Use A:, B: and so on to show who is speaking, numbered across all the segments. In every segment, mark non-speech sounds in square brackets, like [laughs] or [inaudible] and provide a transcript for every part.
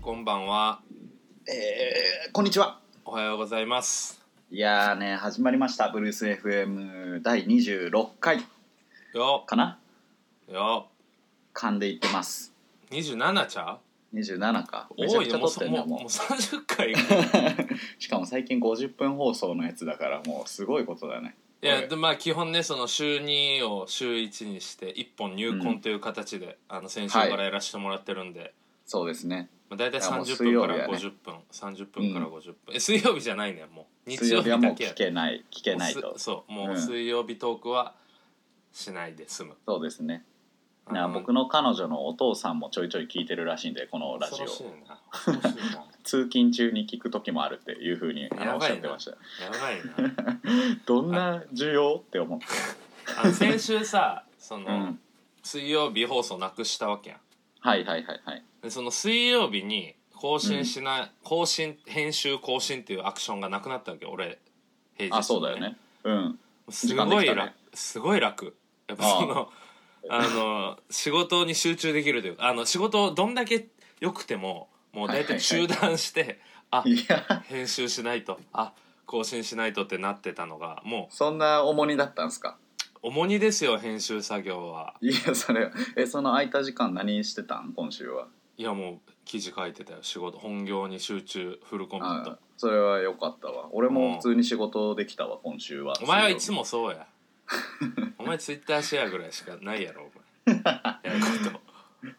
A: こんばんは。
B: えー、こんにちは。
A: おはようございます。
B: いやーね、始まりました。ブルース FM 第26回
A: よ
B: かな
A: よ
B: 噛んでいってます。
A: 二十七ちゃ
B: 27か。
A: う？
B: めちゃ
A: 多
B: く
A: い
B: ちゃ
A: ね
B: 撮
A: もう
B: って
A: そ
B: る
A: も
B: ね、
A: うも
B: も。
A: う三十回。いう
B: しかも最近50分放送のやつだから、もうすごいことだね。は
A: や
B: い
A: でまあ基本ねその週二を週一にして一本入
B: う
A: 婚
B: ん
A: という形で、あの先週からやらせてもらってるんで。
B: そうですね。
A: まあ、大体
B: いやもう
A: 30分から
B: 水
A: 50分、30分から50分、え水曜日じゃないねもう
B: 水曜日はもう
A: や
B: 聞けない、聞けない
A: も
B: と
A: うす。そうもううん水曜日トークはしないで済む、
B: そうですね。
A: あ
B: な僕の彼女のお父さんもちょいちょい聞いてるらしいんで、このラジ
A: 恐ろしい
B: オ。
A: な恐ろしいな
B: 通勤中に聞く時もあるっていうふうにあのお
A: や
B: っ
A: ばいな
B: しゃってました。
A: やばいな
B: どんな需要って思って。
A: あの先週さその、
B: うん。
A: 水曜日放送なくしたわけやん
B: はいはいはいはい。
A: でその水曜日に更新しない、更新編集更新っていうアクションがなくなったわけ俺平日、
B: あ、そうだよね。うん。
A: す
B: 時間
A: ご
B: で
A: い
B: きた
A: 楽、
B: ね
A: すごい楽やっぱそのあの仕事に集中できるというかあの仕事をどんだけ良くてももう大体中断して、
B: いや
A: あ編集しないとあ更新しないとってなってたのがも
B: そんな重荷だったんですか
A: う重荷ですよ編集作業はい
B: やそれえその空いた時間何してたん今週はい
A: やもう記事書いてたよ仕事本業に集中フルコミッ
B: あ
A: ト
B: それは良かったわ俺も普通に仕事できたわ今週は
A: お前はいつ
B: も
A: もそう
B: [laughs]
A: やお前ツイッターシェアぐらいしかないやろ
B: [laughs]
A: お前やること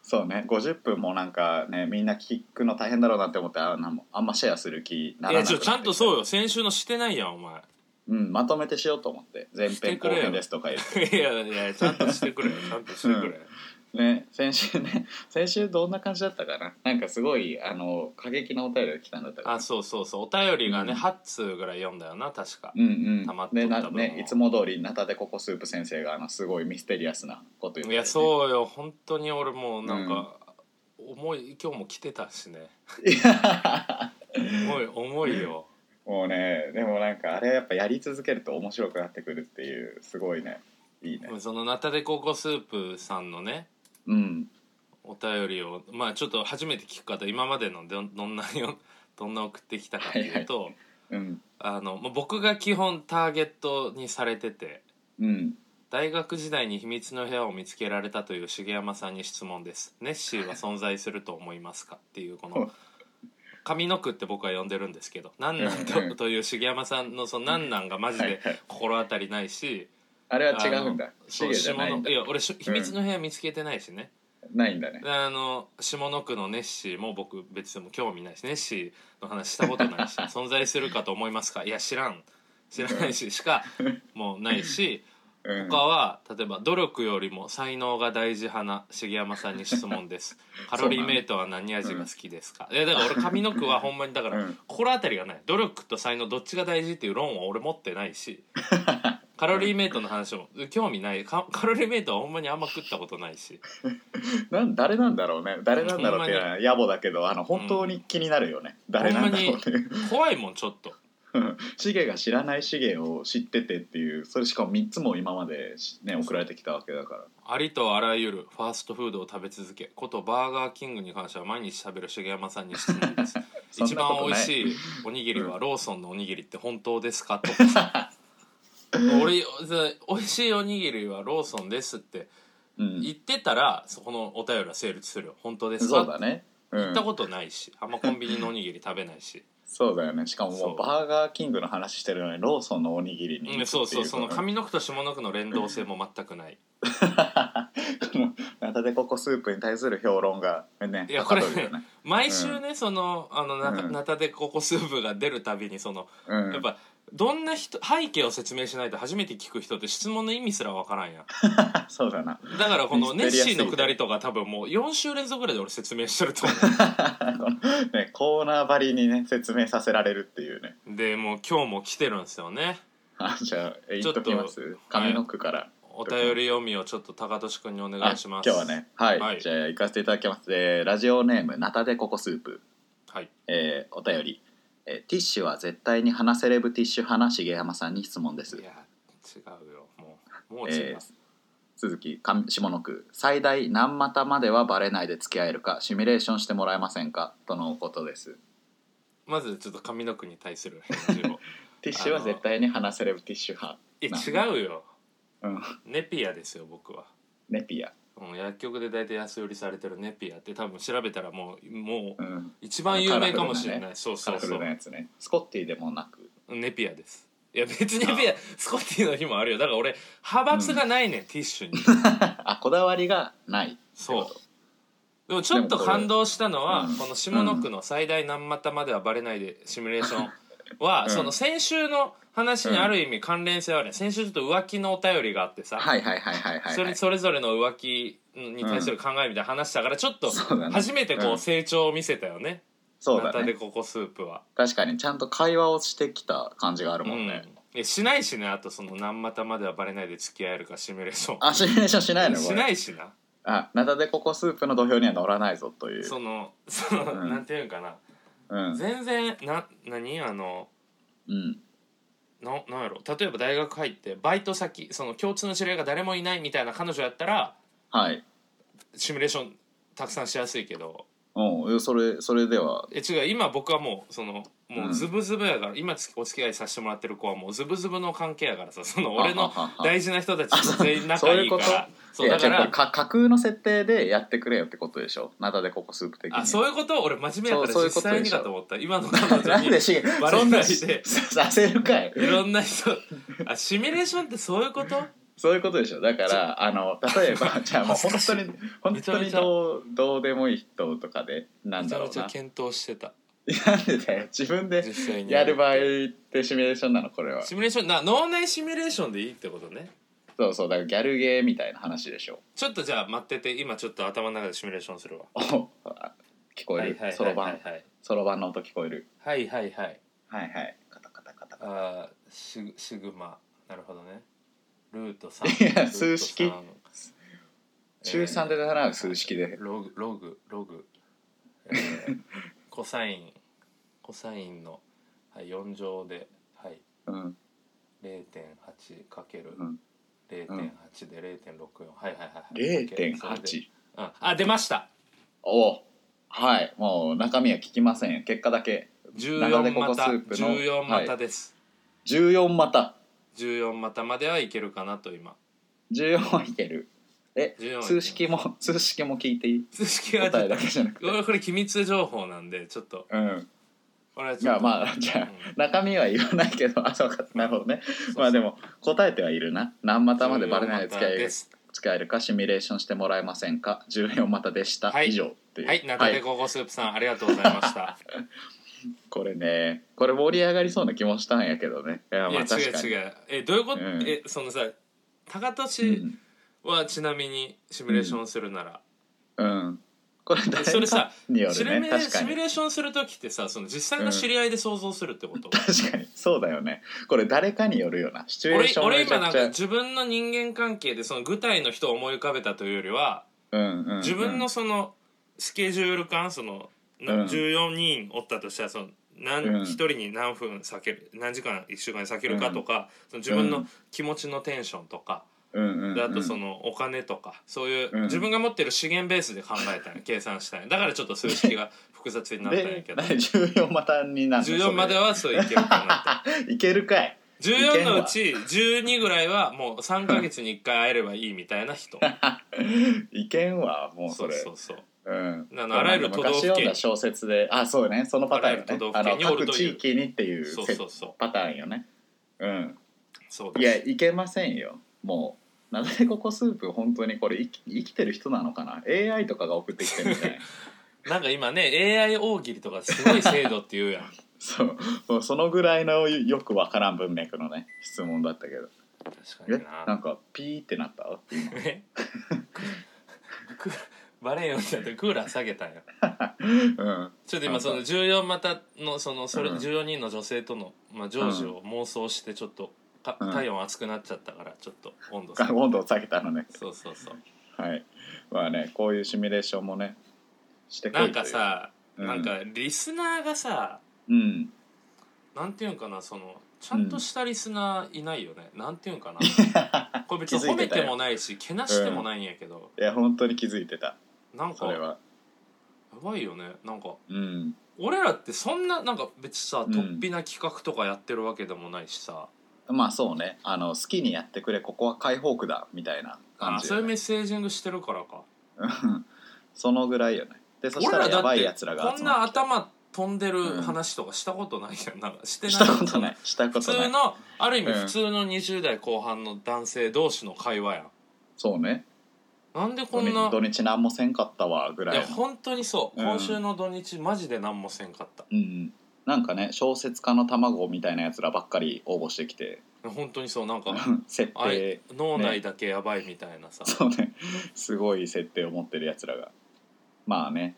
B: そうね50分もなんかねみんな聞くの大変だろうなって思ってあなんもあんまシェアする気ないら
A: や
B: なく
A: ち
B: な
A: ょち
B: って
A: ゃんとそうよ先週のしてないやんお前
B: うんまとめてしようと思って前
A: して
B: 編
A: く
B: 後
A: れよ
B: 編ですとか言っ
A: [laughs]
B: て
A: いやいやちゃんとしてくれよちゃんとしてくれ、
B: ね先週ね [laughs] 先週どんな感じだったかななんかすごいあの過激なお便りが来たんだったかな
A: あそうそうそうお便りがね、
B: うん
A: 8通ぐらい読んだよな確か
B: うんうん、
A: 溜まっとった
B: で
A: 分
B: な
A: を
B: ねいつも通りナタデココスープ先生があのすごいミステリアスなこと言って、
A: いや
B: [laughs]
A: そうよ本当に俺もうなんか、重い今日も来てたしね
B: いや
A: 重い重いよ
B: もうねでもなんかあれやっぱやり続けると面白くなってくるっていうすごいねいいね
A: そのナタデココスープさんのね
B: うん
A: お便りをまあちょっと初めて聞く方今までのどどんなよどんな送ってきたかっていうと、
B: うん
A: あのまあ僕が基本ターゲットにされてて
B: うん
A: 大学時代に秘密の部屋を見つけられたという茂山さんに質問ですネッシーは存在すると思いますかっていうこの上の句って僕は呼んでるネッシーって呼んでるんですけど「なんなん
B: うん
A: と」
B: う [laughs] ん
A: という茂山さんのその「なんなん」がマジ
B: はい
A: で
B: はい
A: 心当たりないし
B: あれは違うんだシ
A: そう
B: ゲじ
A: 下
B: ゃないん
A: の
B: だ
A: いや俺し秘密の部屋見つけてないしね、
B: ないんだね
A: であの下の句のネッシーも僕別にも興味ないしネッシーの話したことないし存在するかと思いますかいや知らん知らないししかもうないし
B: うん
A: 他は例えば努力よりも才能が大事派な茂山さんに質問
B: [laughs]
A: ですカロリーメイトは何味が好きですか、いやだから俺上の句はほんまにだから、
B: うん
A: 心当たりがない努力と才能どっちが大事っていう論は俺持ってない
B: [laughs]
A: しカロリーメイトの話も興味ないかカロリーメイトはほんまにあんま食ったことないし
B: なん誰なんだろうね誰なんだろうっていうのは野暮だけどあの本当に気になるよね、誰なんだろうっていう
A: 怖いもんちょっと
B: [laughs] シゲが知らないシゲを知っててっていうそれしかも3つも今までしね送られてきたわけだから
A: ありとあらゆるファーストフードを食べ続けことバーガーキングに関しては毎日食べる茂山さんに質問です
B: [laughs] そん
A: 一
B: なこと
A: 番美
B: ない
A: 味しいおにぎりはローソンのおにぎりって本当ですかと俺美味しいおにぎりはローソンですって
B: うん
A: 言ってたらそこのお便りは成立するよ本当ですか
B: そうだね、うん
A: 行ったことないしあんまコンビニのおにぎり食べないし、
B: そうだよねしかもも
A: そう
B: うバーガーキングの話してるのにローソンのおにぎりに行くって
A: う
B: い
A: ん、そうそうその
B: こ
A: 上の句と下の句の連動性も全くない
B: この [laughs] ナタデココスープに対する評論がね
A: いやこれ
B: はかどるよね
A: 毎週ね、そのあのな,、
B: うん
A: ナタデココスープが出るたびにその
B: うん
A: やっぱどんな人背景を説明しないと初めて聞く人って質問の意味すらわからんやん
B: [laughs] そうだな
A: だからこのネッシーの
B: ミステリアスい
A: くだりとか多分もう4週連続ぐらいで俺説明してると思
B: このねコーナーばりにね説明させられるっていうね [laughs]
A: うでもう今日も来てるんですよね
B: あじゃあえ
A: ちょ
B: 言
A: っ
B: っ
A: と
B: ときます上の句から、
A: お便り読みをちょっと高俊君にお願
B: あ
A: いし
B: 今
A: ます
B: 日はねはい、
A: はい
B: じゃあ行かせていただきます、えーラジオネームナタデココスープ
A: はい
B: えーお便り、えーティッシュは絶対に鼻セレブティッシュ派な重山さんに質問です
A: いや違うよもうもう違う、
B: えー続き上下の句最大何股まではバレないで付き合えるかシミュレーションしてもらえませんかとのことです
A: まずちょっと上の句に対する返事を
B: [laughs] ティッシュは絶対に話せれるティッシュ派
A: いや
B: な
A: 違うよ
B: うん
A: ネピアですよ僕は、
B: ネピア
A: うん、薬局で大体安売りされてるネピアって多分調べたらもうもう
B: うん
A: 一番有名かもしれない、そう
B: カ
A: そ
B: ラ
A: う
B: フ
A: そ
B: ルな
A: う
B: やつねスコッティでもなく
A: ネピアですいや別にネピアスコッティの日もあるよだから俺派閥がないね、ん、ティッシュに
B: あこだわりがない
A: そうでもちょっと感動したのは、
B: でもこれうん
A: この下の句の「最大何股まではバレないでシミュレーションは」
B: うん
A: その先週の話にある意味関連性はあるね先週ちょっと浮気のお便りがあってさ、
B: はいはいはいはいはい
A: そ
B: は
A: れ
B: い
A: それぞれの浮気に対する考えみたいな話したからちょっと
B: そうだね
A: 初めてこ
B: う
A: うん成長を見せたよね「
B: そうだ
A: ナタデ
B: ね
A: ココスープは
B: 確かにちゃんと会話をしてきた感じがあ」る
A: う
B: もん
A: ん
B: ね、
A: いやしないしねあとその何股まではバレないで付き合えるかシミュレーション
B: あシミュレーションしないのこれ
A: しないしな
B: あナタデココスープの土俵には乗らないぞという
A: そのその、
B: うん
A: なんていうんかな
B: うん
A: 全然な何あの
B: うん
A: ななんやろ例えば大学入ってバイト先その共通の知り合いが誰もいないみたいな彼女やったら
B: はい
A: シミュレーションたくさんしやすいけど
B: うんそれそれでは
A: え違う今僕はもうそのもううんズブズブやから、今つお付き合いさせてもらってる子はもうズブズブの関係やからさその俺の
B: はははは
A: 大事な人たちと全員仲
B: そう
A: い
B: い
A: いうか
B: こと
A: らそう
B: いや
A: だか
B: 違う
A: ら
B: これ架空の設定でやってくれよってことでしょナタデココスープ的に
A: あそういうこと俺真面目やから
B: そうそう
A: 実際
B: いうこと
A: にかと思った今の
B: [laughs]
A: 彼女
B: な
A: に
B: んでし
A: バ
B: そ
A: レ
B: ん
A: ない
B: な
A: で
B: [laughs] させるかい
A: いろんな人あシミュレーションってそういうこと
B: そういうことでしょだからあの例えばじゃあもう本当に本当にどうどうでもいい人とかでなん
A: めち
B: だ
A: ゃ
B: ろ
A: め
B: う
A: ちゃ
B: な
A: 検討してた
B: なんでだよ自分で
A: 実際に
B: やる場合ってシミュレーションなのこれは
A: シミュレーションな脳内シミュレーションでいいってことね
B: そうそうだからギャルゲーみたいな話でしょ [laughs]
A: ちょっとじゃあ待ってて今ちょっと頭の中でシミュレーションするわ
B: おあ聞こえるそろばん
A: はい
B: そろばんの音聞こえる
A: はいはいはい
B: はいはいカタカタカタカ
A: あーシシグマなるほどねルート
B: い
A: 3
B: や数式
A: ルート
B: タ中3で習う数式で
A: 三ログログログ、え
B: [laughs]
A: ーコサインコサインの、はい、4乗ではい
B: うん
A: 0.8かける
B: うん
A: 0.8で0.64、はいはいはいはいそれで
B: 0.8
A: うんあ出ました
B: おはいもう中身は聞きませんよ結果だけ長
A: 14
B: でここス
A: 股
B: ープの
A: 14
B: は
A: 股
B: い
A: です、
B: 14股
A: 14股まではいけるかなと今
B: 14はいけるえ
A: 14はいける
B: 数式も [laughs] 数式も聞いていい
A: 数式はち
B: 答
A: ょ
B: え
A: っと
B: だけじゃなくて
A: これこれ機密情報なんでちょっと
B: うん
A: これはち
B: い
A: ょっ
B: や
A: と
B: まあじゃあ
A: うん
B: 中身は言わないけど [laughs] あそうかなるほどね
A: そうそう
B: まあでも答えてはいるな何股まで
A: 14
B: バレないで使え
A: 股で
B: る
A: す
B: 使えるかシミュレーションしてもらえませんか14股でした、
A: はい
B: 以上っていう
A: はいナタデココスープさん、ありがとうございました
B: これねこれ盛り上がりそうな気もしたんやけどねいや
A: い
B: ま
A: や
B: あ確
A: 違う
B: かに
A: 違うえどういうこと、
B: うん
A: えそのさ高
B: う
A: 俊
B: ん
A: はちなみにシミュレーションするなら、
B: うんこれ
A: それ
B: 誰
A: さ
B: かによ
A: シ
B: る
A: ミ
B: ね
A: ュレ
B: 確か
A: シミュ
B: に
A: レーションする時ってさその実際の知り合いで想像するってこと、
B: 確かにそうだよねこれ誰かによるよなシチュエー
A: 俺
B: ション
A: 俺
B: めち
A: 今
B: ゃ
A: なん
B: くち
A: か
B: ゃ
A: 自分の人間関係でその具体の人を思い浮かべたというよりは、
B: うんうんうん
A: 自分のそのスケジュール感その、な
B: うん
A: 14人おったとしたらその何、
B: うん
A: 1人に何分避ける何時間1週間に避けるかとか、その自分
B: う
A: の
B: ん
A: 気持ちのテンションとか、
B: うんうんうん
A: であとそのお金とかそういう、
B: うん
A: 自分が持ってる資源ベースで考え
B: [laughs]
A: たんや計算したんやだからちょっと数式が複雑になったんや
B: で
A: けど
B: 14股になるの
A: 14まではそういけるかなって。
B: それいけるか [laughs] い
A: 14のうち12ぐらいはもう3ヶ月に1回会えればいいみたいな人
B: いけんわもうそれ
A: そうそうそう
B: うん
A: あのあらゆる都道府県
B: 昔読んだ小説であそうねそのパターンよ
A: あらゆる
B: ね
A: 都道府県に
B: あの
A: おる
B: 各
A: という
B: 地域にっていう
A: そう
B: せ
A: そうそう
B: パターンよねうん
A: そう
B: いや
A: です
B: いけませんよもうなぜここスープ本当にこれ生き生きてる人なのかな AI とかが送ってきてるみたい
A: なんか今ね AI 大喜利とかすごい精度って言
B: [laughs]
A: うやん
B: そうもうそのぐらいのよくわからん文脈のね質問だったけど
A: 確
B: えな
A: か
B: んかピーって
A: [laughs]
B: なった
A: になえクバレんようになってクーラー下げたんや
B: うん
A: ちょっと今その14股のそのそれ
B: うん
A: 14人の女性との、まあ、常時を妄想してちょっとか
B: うん
A: 体温熱くなっちゃったからちょっと温度下
B: が
A: げ
B: 温度を下げたのね
A: そうそうそう
B: [laughs] はいまあねこういうシミュレーションもねしてこい
A: なん
B: と
A: か
B: いう
A: さ、
B: うん
A: なんかリスナーがさ
B: うん [laughs]
A: なんていうんかなそのちゃんとしたリスナーいないよね、なんていうん
B: [laughs]
A: かなこれ別に
B: 気づ
A: 褒
B: い
A: め
B: てた
A: て
B: よ
A: もないしけなしてもないんやけど、
B: いや本当に気づいてた
A: なんか
B: それ
A: や
B: は
A: ばいよねなんか
B: うん
A: 俺らってそんななんか別にさ
B: うん
A: 突飛な企画とかやってるわけでもないしさ、
B: まあそうねあの好きにやってくれここは解放区だみたいな感
A: あ
B: じ
A: そう
B: よ
A: いうメ
B: ね、
A: ッセージングしてるからか
B: うんそのぐらいよねでそした
A: 俺
B: ら
A: ら
B: や
A: だ
B: ば
A: っ
B: い
A: て
B: やつらが
A: こ
B: 集
A: ん
B: ま
A: な
B: ってきた
A: 頭飛んでる話とかしたことないじゃんなんかしてない
B: したことないしたこ
A: 普
B: と
A: 通
B: ない
A: のある意味
B: うん
A: 普通の20代後半の男性同士の会話やん
B: そうね
A: なんでこ
B: 土
A: んな
B: 日土日何もせんかったわぐ
A: い
B: ら
A: や
B: いの
A: 本当にそう
B: うん
A: 今週の土日マジで何もせんかった
B: うんなんかね小説家の卵みたいなやつらばっかり応募してきて [laughs]
A: 本当にそうなんか
B: 設
A: あ
B: 定
A: 脳内だけやばいみたいなさ
B: そうねすごい設定を持ってるやつらがまあね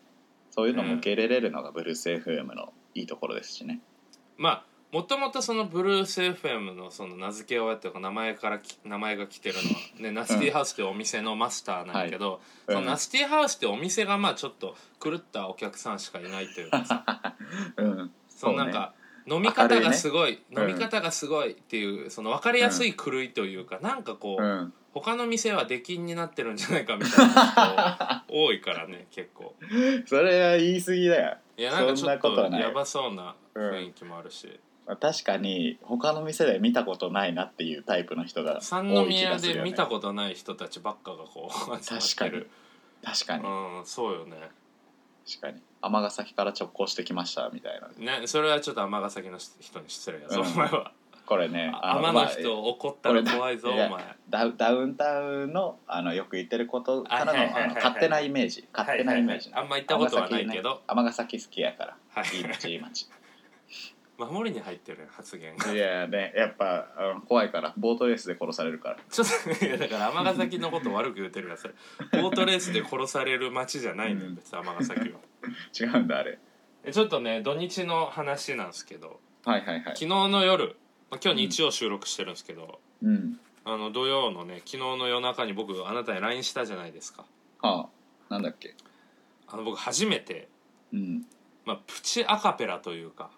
B: そういうのも受け入れれるのがブルース FM のいいところですしね
A: まあもともとそのブルース FM のその名付け親というか名前からき名前が来てるのは、ね、ナスティハウスというお店のマスターなんやけど、
B: うん
A: そのナスティハウスってお店がまあちょっと狂ったお客さんしかいないという
B: [laughs]
A: かさ
B: [laughs] うん
A: そのなんか飲み方がすごい
B: 明るいね
A: 飲み方がすごいっていうその分かりやすい狂いというか、なんかこう、
B: うん [laughs]
A: 他の店は出禁になってるんじゃないかみたいな人多いから
B: [laughs]
A: ね結構
B: それは言い過ぎだよ
A: いやなんかちょっ
B: そんなことは
A: と
B: ない
A: やばそうな雰囲気もあるし、
B: 確かに他の店で見たことないなっていうタイプの人が
A: 三
B: 多い気
A: 宮
B: がする
A: で
B: よ、ね、
A: 見たことない人たちばっかがこう
B: 確
A: 集
B: か
A: まっ
B: に
A: てる
B: 確かに
A: うんそうよね
B: 確かに尼崎から直行してきましたみたいな
A: ねそれはちょっと尼崎の人に失礼やぞ、
B: うん
A: お前は
B: これねあ
A: 天
B: ま
A: の
B: あ
A: 人怒ったら怖いぞお
B: これ
A: 前
B: だダウダウンタウンのあのよく言ってることから
A: はいはいはい
B: の
A: はい
B: あの勝手なイメージ勝手なイメージ、
A: はいはいはいあんま行ったことはないけど、
B: 尼崎,、好きやから
A: はい
B: いい街いい
A: [laughs]
B: 街
A: 守りに入ってるやん発言が
B: いやねやっぱあの怖いからボートレースで殺されるから
A: ちょっといやだから尼崎のこと悪く言ってるやつボートレースで殺される街じゃないんだよ別に尼崎は
B: 違うんだあれ
A: えちょっとね土日の話なんですけど
B: はいはいはい
A: 昨日の夜、まあ、今日日曜収録してるんですけど、
B: うん
A: あの土曜のね昨日の夜中に僕あなたに LINE したじゃないですか
B: はあなんだっけ
A: あの僕初めて、
B: うん
A: まあ、プチアカペラというか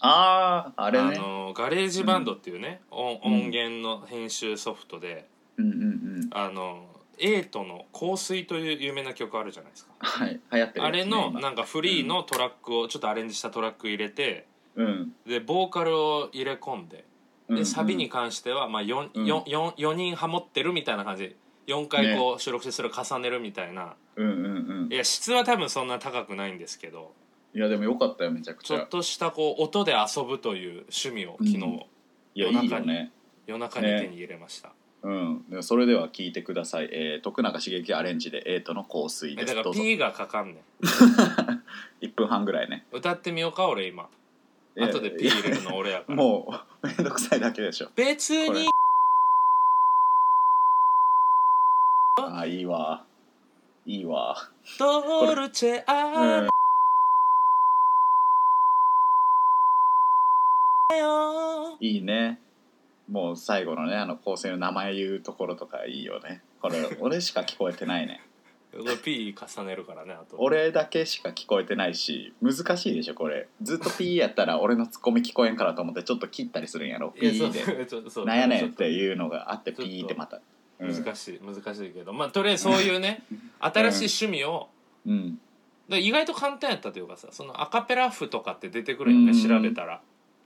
B: あああ
A: あ
B: れね
A: のガレージバンドっていうね、音
B: うん
A: 音源の編集ソフトで
B: うんうんうん
A: あのエイトの「香水」という有名な曲あるじゃないですか、
B: はい流行ってる
A: あ
B: やつね
A: れの
B: 今
A: なんかフリーのトラックをちょっとアレンジしたトラック入れて
B: うん
A: でボーカルを入れ込んで
B: うんう
A: で
B: ん
A: サビに関してはまあ 4,
B: うん
A: 4, 4, 4人ハモってるみたいな感じ4回こう収録してそれを重ねるみたいな、
B: うんうんうん
A: いや質は多分そんな高くないんですけど
B: いやでもよかったよめちゃく
A: ち
B: ち
A: ょっ
B: ゃ
A: としたこう音で遊ぶという趣味を昨日、
B: うんいや
A: 夜
B: い
A: 中に
B: いよね
A: 夜中に手に入れました、
B: うん、でそれでは聞いてください。えー、徳永茂樹アレンジでエイトの香水
A: え
B: で
A: だ
B: す。
A: から
B: どうぞ。
A: P がかかんね
B: 一分半ぐらいね。
A: ん歌ってみようか俺今
B: えー
A: 後で P 入れるの俺やから
B: もう [laughs] めんどくさいだけでしょ。
A: 別
B: これ
A: に。
B: あーいいわ。いいわ。
A: ドルチェアーネよ
B: いいね。もう最後のねあの香水の名前言うところとかいいよね。こ
A: [laughs]
B: れ俺しか聞こえてないね。
A: これ P 重ねるからねあと
B: 俺だけしか聞こえてないし難しいでしょこれ。ずっとピーやったら俺のツッコミ聞こえんからと思ってちょっと切ったりするんやろ。
A: い
B: ピ
A: やそう
B: ー
A: [laughs]
B: で。
A: ちょっとそう
B: なんやねんっ
A: ちょ
B: ていうのがあって
A: ちょっと
B: ピーってまた。
A: っと難しい難しいけどまあとりあえずそういう
B: [laughs]
A: ね新しい趣味を
B: うん。うん
A: で意外と簡単やったというかさそのアカペラ譜とかって出てくるよね
B: うん
A: 調べたら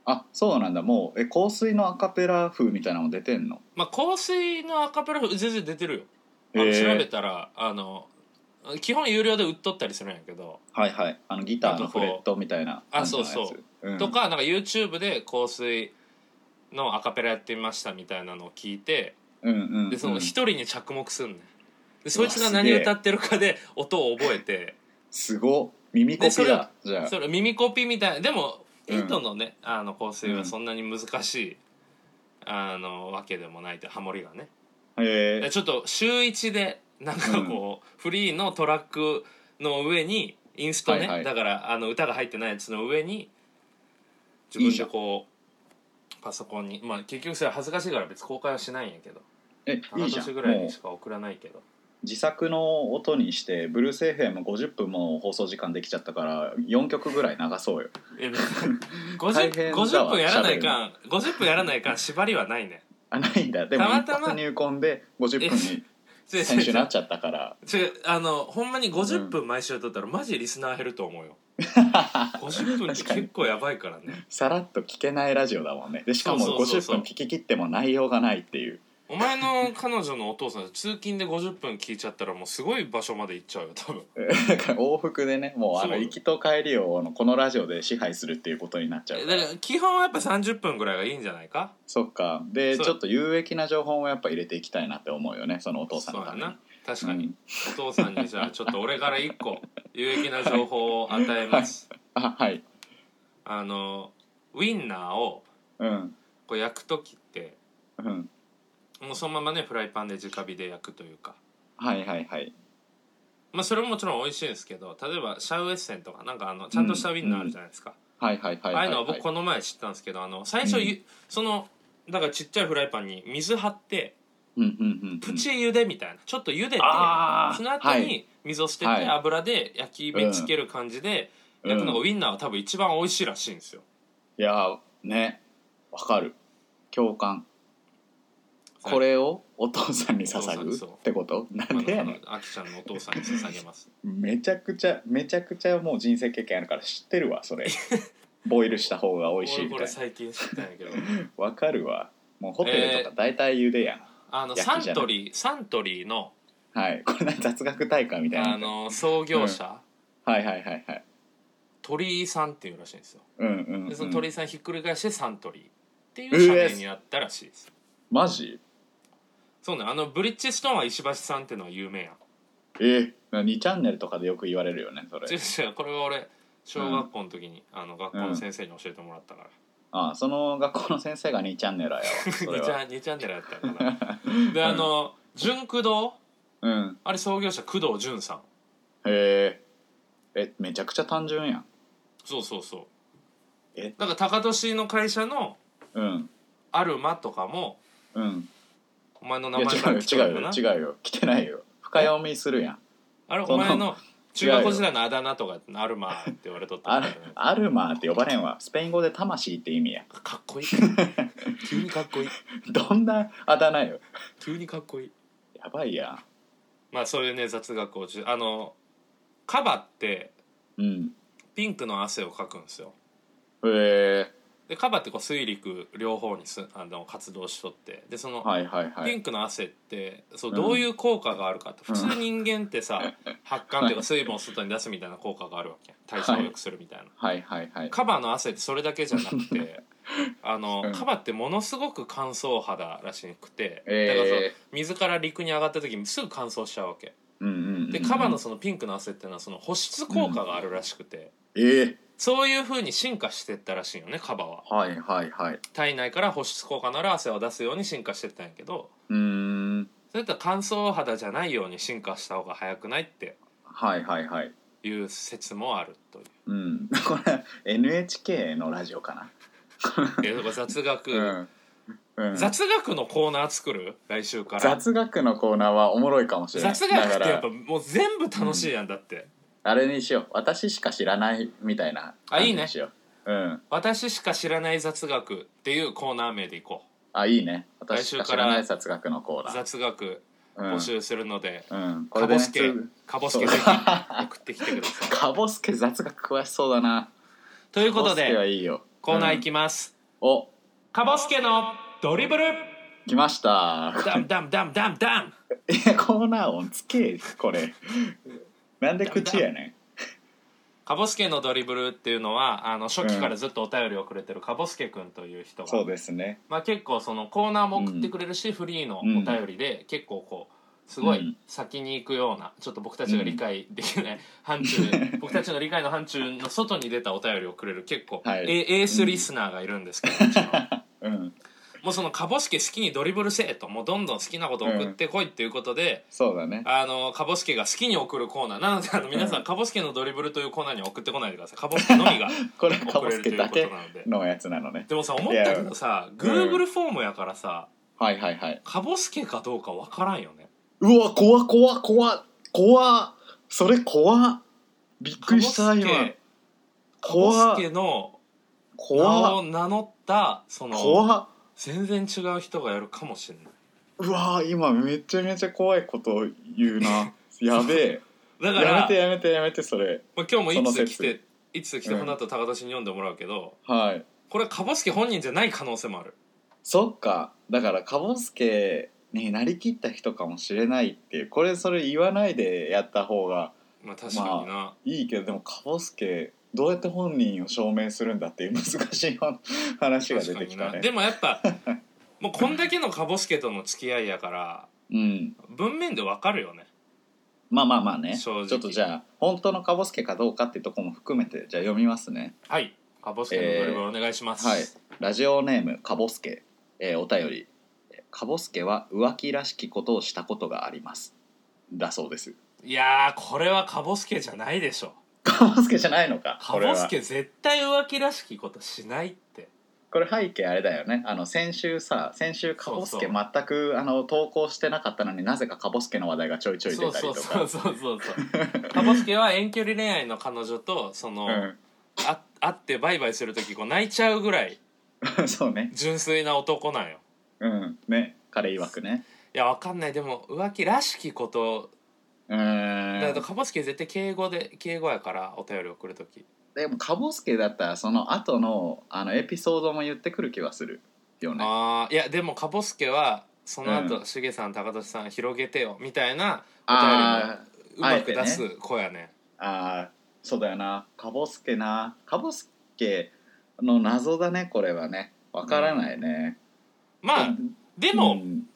B: あそうなんだもうえ香水のアカペラ風みたいなのも出てんの
A: まあ香水のアカペラ譜全然出てるよあの
B: へー
A: 調べたらあの基本有料で売っとったりするんやけど
B: はいはいあのギターのフレットみたいな、
A: なんかこうあそうそう
B: ん
A: とかなんか YouTube で香水のアカペラやってみましたみたいなのを聞いて
B: うんうんうん
A: でその一人に着目すんねんでそいつが
B: うわす
A: 何
B: げえ
A: 歌ってるかで [laughs] 音を覚えて
B: すごっ耳コ
A: でそ
B: ピ
A: れ
B: だじゃあ
A: それ耳コピみたいでも
B: うん
A: エイトのね、あの構成はそんなに難しい、あのわけでもないとハモリがね
B: へ
A: で
B: え
A: ちょっと週一でなんかこう、フリーのトラックの上にインストね、
B: はいはい
A: だからあの歌が入ってないやつの上に自
B: いい
A: 分
B: じゃ
A: で
B: ん
A: こうパソコンにまあ結局それは恥ずかしいから別に公開はしないんやけど
B: えい
A: 半
B: いじゃ
A: 年
B: ん
A: ぐらい
B: も
A: にしか送らないけど
B: う自作の音にしてブルース FM50 分も放送時間できちゃったから4曲ぐらい流そうよ
A: え
B: [laughs] 大
A: 50,
B: 変だ
A: 50
B: わ
A: 分やらないかん50分やらないかん縛りはない
B: [laughs]
A: ね
B: あないんだでも
A: たま
B: 一
A: たま
B: 発入魂で50分に
A: 違う違う
B: 先週なっ
A: 違
B: ちゃったから
A: う違うあのほんまに50分毎週撮ったらマジリスナー減ると思う
B: [laughs]
A: よ50分って
B: 確かに
A: 結構やばいからね
B: さらっと聞けないラジオだもんねでしかも
A: そうそうそう
B: 50
A: そう
B: 分聞き切っても内容がないっていう
A: お前の彼女のお父さん通勤で50分聞いちゃったらもうすごい場所まで行っちゃうよ多分
B: だから [laughs] 往復でねもうあの
A: そう
B: 行きと帰りをあのこのラジオで支配するっていうことになっちゃう
A: え
B: から
A: だから基本はやっぱ30分ぐらいがいいんじゃないか
B: そっかで
A: そう
B: ちょっと有益な情報もやっぱ入れていきたいなって思うよねそのお
A: お
B: 父さんのために
A: な確かに、お父さんにじゃあちょっと俺から一個有益な情報を与えます、
B: うんあ [laughs] はい
A: あのウインナーを
B: うん
A: こう焼く時って
B: うん
A: もうそのままねフライパンで直火で焼くというか
B: はいはいはい
A: まあそれももちろん美味しいんですけど例えばシャウエッセンとかなんかあのちゃんとしたウインナーあるじゃないですか、
B: はいはいはい
A: ああ
B: はいいう
A: のは
B: は
A: 僕
B: い
A: この前知ったんですけどあの最初ゆ、そのだからちっちゃいフライパンに水張って
B: うんうんうんうん
A: プチ茹でみたいなちょっと茹でて
B: あー
A: その後
B: はい
A: に水を捨て
B: はい
A: て油で焼き目つける感じで
B: うん
A: 焼くのがウ
B: い
A: インナーは多分一番美味しいらしいんですよ
B: やーねわかる共感
A: はい
B: これをお父さんに捧
A: お
B: ぐ
A: 父
B: っ
A: さんそう
B: てことなんでやねん
A: あきちゃんのお父さんに捧げます
B: めちゃくちゃめちゃくちゃもう人生経験あるから知ってるわ
A: [laughs]
B: それボイルした方が美味しい
A: 俺
B: み
A: こ
B: た
A: れ
B: いな
A: 最近知ったんやけ
B: [laughs]
A: ど
B: わかるわもうホテルとか大体茹でやん、
A: あの
B: 焼
A: サ
B: き
A: ン
B: じゃない
A: トリーサントリーの
B: はいこれなんか雑学大会みたいな
A: あの創業者、
B: はいはいはいはい
A: 鳥居さんっていうらしいんですよ
B: うんうん、う
A: でその
B: ん、
A: 鳥居さんひっくり返してサントリーっていう社
B: うえ
A: 名になったらしいです
B: マジ
A: そうねあのブリッジストーンは石橋さんっていうのは有名やん
B: え2チャンネルとかでよく言われるよねそれ
A: 違う違うこれは俺小学校の時に、あの学校の先生に教えてもらったから、
B: ああその学校の先生が2チャンネ
A: [laughs]
B: ルやわそれ
A: 2チ
B: は
A: ャン二チャンネルやったからであの純駆動
B: うん
A: あれ創業者工藤淳さん
B: へええめちゃくちゃ単純やん
A: そうそうそう
B: え
A: だから高俊の会社の
B: うん
A: アルマとかも
B: うん
A: お前の
B: い
A: 名
B: や
A: 前から来て
B: 違う
A: る
B: よ
A: よな
B: 違うよ違うよ来てないよ深読みするやん
A: あれ
B: そ
A: お
B: んな
A: 前の中学校時代のあだ名とかアルマって言われとった
B: ア
A: みた
B: ル
A: いな
B: アルマーって呼ばれんわスペイン語で魂って意味や [laughs]
A: かっこ [laughs] いい急にかっこいい
B: どんなあだ名よ
A: 急にかっこいい
B: やばいや
A: まあそういうね雑学をじあのカバって
B: んうん
A: ピンクの汗をかくんですよ
B: へえ
A: でカバってこう水陸両方にすあの活動しとってでその、
B: はいはいは
A: ピ
B: い
A: ンクの汗ってそう
B: うん
A: どういう効果があるかって、
B: うん
A: 普通人間って [laughs] さ発汗っていうか水分を外に出すみたいな効果があるわけ代謝を良くするみたいな、
B: はいはいはい
A: カバの汗ってそれだけじゃなくてあの、
B: うん
A: カバってものすごく乾燥肌らしくて、だからそう
B: え
A: 水から陸に上がった時にすぐ乾燥しちゃうわけ
B: ー、うんうんうんうん
A: でカバのそのピンクの汗っていうのはその保湿効果があるらしくて、
B: ええ
A: そういう風に進化してったらしいよねカバは
B: はいはいはい
A: 体内から保湿効果のある汗を出すように進化してったんやけど
B: うーん
A: それと乾燥肌じゃないように進化した方が早くないって
B: はいはいはい
A: いう説もあるとい
B: [laughs]
A: う
B: うんこれ NHK のラジオかな
A: えだから雑学、
B: うん、うん、
A: 雑学のコーナー作る来週から
B: 雑学のコーナーはおもろいかもしれない
A: 雑学っ
B: だ
A: て
B: か
A: やっ
B: ら
A: ぱもう全部楽しいやんだって
B: あれにしよう私しか知らないみたいな
A: あ
B: 感
A: い
B: じ
A: いね
B: にしよううん
A: 私しか知らない雑学っていうコーナー名でいこ
B: あいいね
A: 来
B: 私し
A: 週
B: か
A: か
B: 知
A: ら
B: らない雑学のコー
A: う
B: ナー
A: 雑学
B: うん
A: 募集するので、
B: うん、こ
A: か
B: れで
A: ぼ
B: ね
A: すけ
B: つ
A: かぼすけ
B: そ
A: ぜ
B: う [laughs]
A: ひ送ってきてください
B: かぼすけ雑学詳しそうだな
A: ということ
B: かぼすけは
A: で
B: いいよ
A: コーナーい
B: うん
A: きます、
B: お
A: かぼすけのドリブル
B: 来ました [laughs]
A: ダンダンダンダンダン
B: いやコーナー音つけこれなんで口やね
A: カボスケのドリブルっていうのはあの初期からずっとお便りをくれてるカボスケくんという人
B: ん
A: が、
B: そうですね
A: まあ、結構そのコーナーも送ってくれるし、フリーのお便りで結構こうすご
B: う
A: い
B: ん
A: 先に行くようなちょっと僕たちが理解できない範
B: [laughs]
A: 疇僕たちの理解の範疇の外に出たお便りをくれる結構、
B: はい
A: エエースリスナーがいるんですけど、うちの
B: うん
A: もうそのカボスケ好きにドリブルせえともうどんどん好きなこと送ってこいっていうことで。
B: そうだね
A: あのカボスケが好きに送るコーナーなのであの皆さん、カボスケのドリブルというコーナーには送ってこないでくださいカボスケのみが
B: これか
A: 送
B: ぼ
A: れ
B: す
A: ると
B: け
A: いうこ
B: だ
A: と
B: け
A: なので
B: のやつなの
A: [laughs]
B: ね
A: でもさ思ったけどさ
B: いや
A: Google フォームやからさ
B: はいはいはい
A: カボスケかどうかわからんよね
B: うわ怖っ怖っ怖っ怖っそれ怖っびっくりした今
A: カボ
B: 怖っ
A: スケの名
B: 怖
A: を
B: っ
A: 名乗ったその
B: 怖っ
A: 全然違う人がやるかもしれないう
B: わ今めちゃめちゃ怖いことを言う [laughs] なやべ
A: だ
B: え
A: か
B: や
A: ら
B: めてやめてやめてそれ
A: まあ、今日もい
B: そ
A: つ
B: の
A: 来
B: 説
A: ていつ来て
B: うん
A: この後高田氏に読んでもらうけど、
B: はい
A: これはカボスケ本人じゃない可能性もある
B: そっかだからかぼすけになりきった人かもしれないっていうこれそれ言わないでやった方が
A: まあ確かにな、
B: いいけどでもかぼすけどうやって本人を証明するんだっていう難しい話が
A: 確
B: 出
A: か
B: てき
A: にな
B: たね
A: でもやっ [laughs] ぱもうこんだけのカボスケとの付き合いやから
B: うん
A: 文面でわかるよね
B: まあまあまあねち
A: 正
B: ょ
A: 直
B: っとじゃあ本当のかぼすけかどうかっていうとこも含めてじゃあ読みますね
A: はいカボスケのドリブルお願いします、
B: はいラジオネームかぼすけ、えーお便りえー「かぼすけは浮気らしきことをしたことがあります」だそうです
A: い、やーこれはカボスケじゃないでしょ
B: かぼすけじゃないのか
A: カ
B: これは
A: ボスケ絶対浮気らしきことしないって
B: これ背景あれだよねあの先週さ先週かぼすけ
A: そうそ
B: 全くあの投稿してなかったのになぜかかぼすけの話題がちょいちょい
A: そ
B: 出
A: う
B: たり
A: そ
B: と
A: う
B: か
A: そうそうそうそうカボスケは遠距離恋愛の彼女とその、あ会ってバイバイする時こう泣いちゃうぐらい
B: うん [laughs] そうね
A: 純粋な男なんよ
B: うんね彼曰くね
A: いやわかんないでも浮気らしきこと
B: う
A: だ
B: ー
A: けど
B: ん
A: かぼすけ絶対敬語で敬語やからお便り送る時
B: でもかぼすけだったらその後のあのエピソードも言ってくる気はするよね
A: ああいやでもかぼすけはその後、
B: う
A: しげさん高田さん広げてよみたいな
B: あー
A: うまく
B: あえてね
A: 出す子やね
B: あーそうだよなかぼすけなかぼすけの謎だねこれはねわからないね、
A: まあ
B: うん
A: でも、
B: うん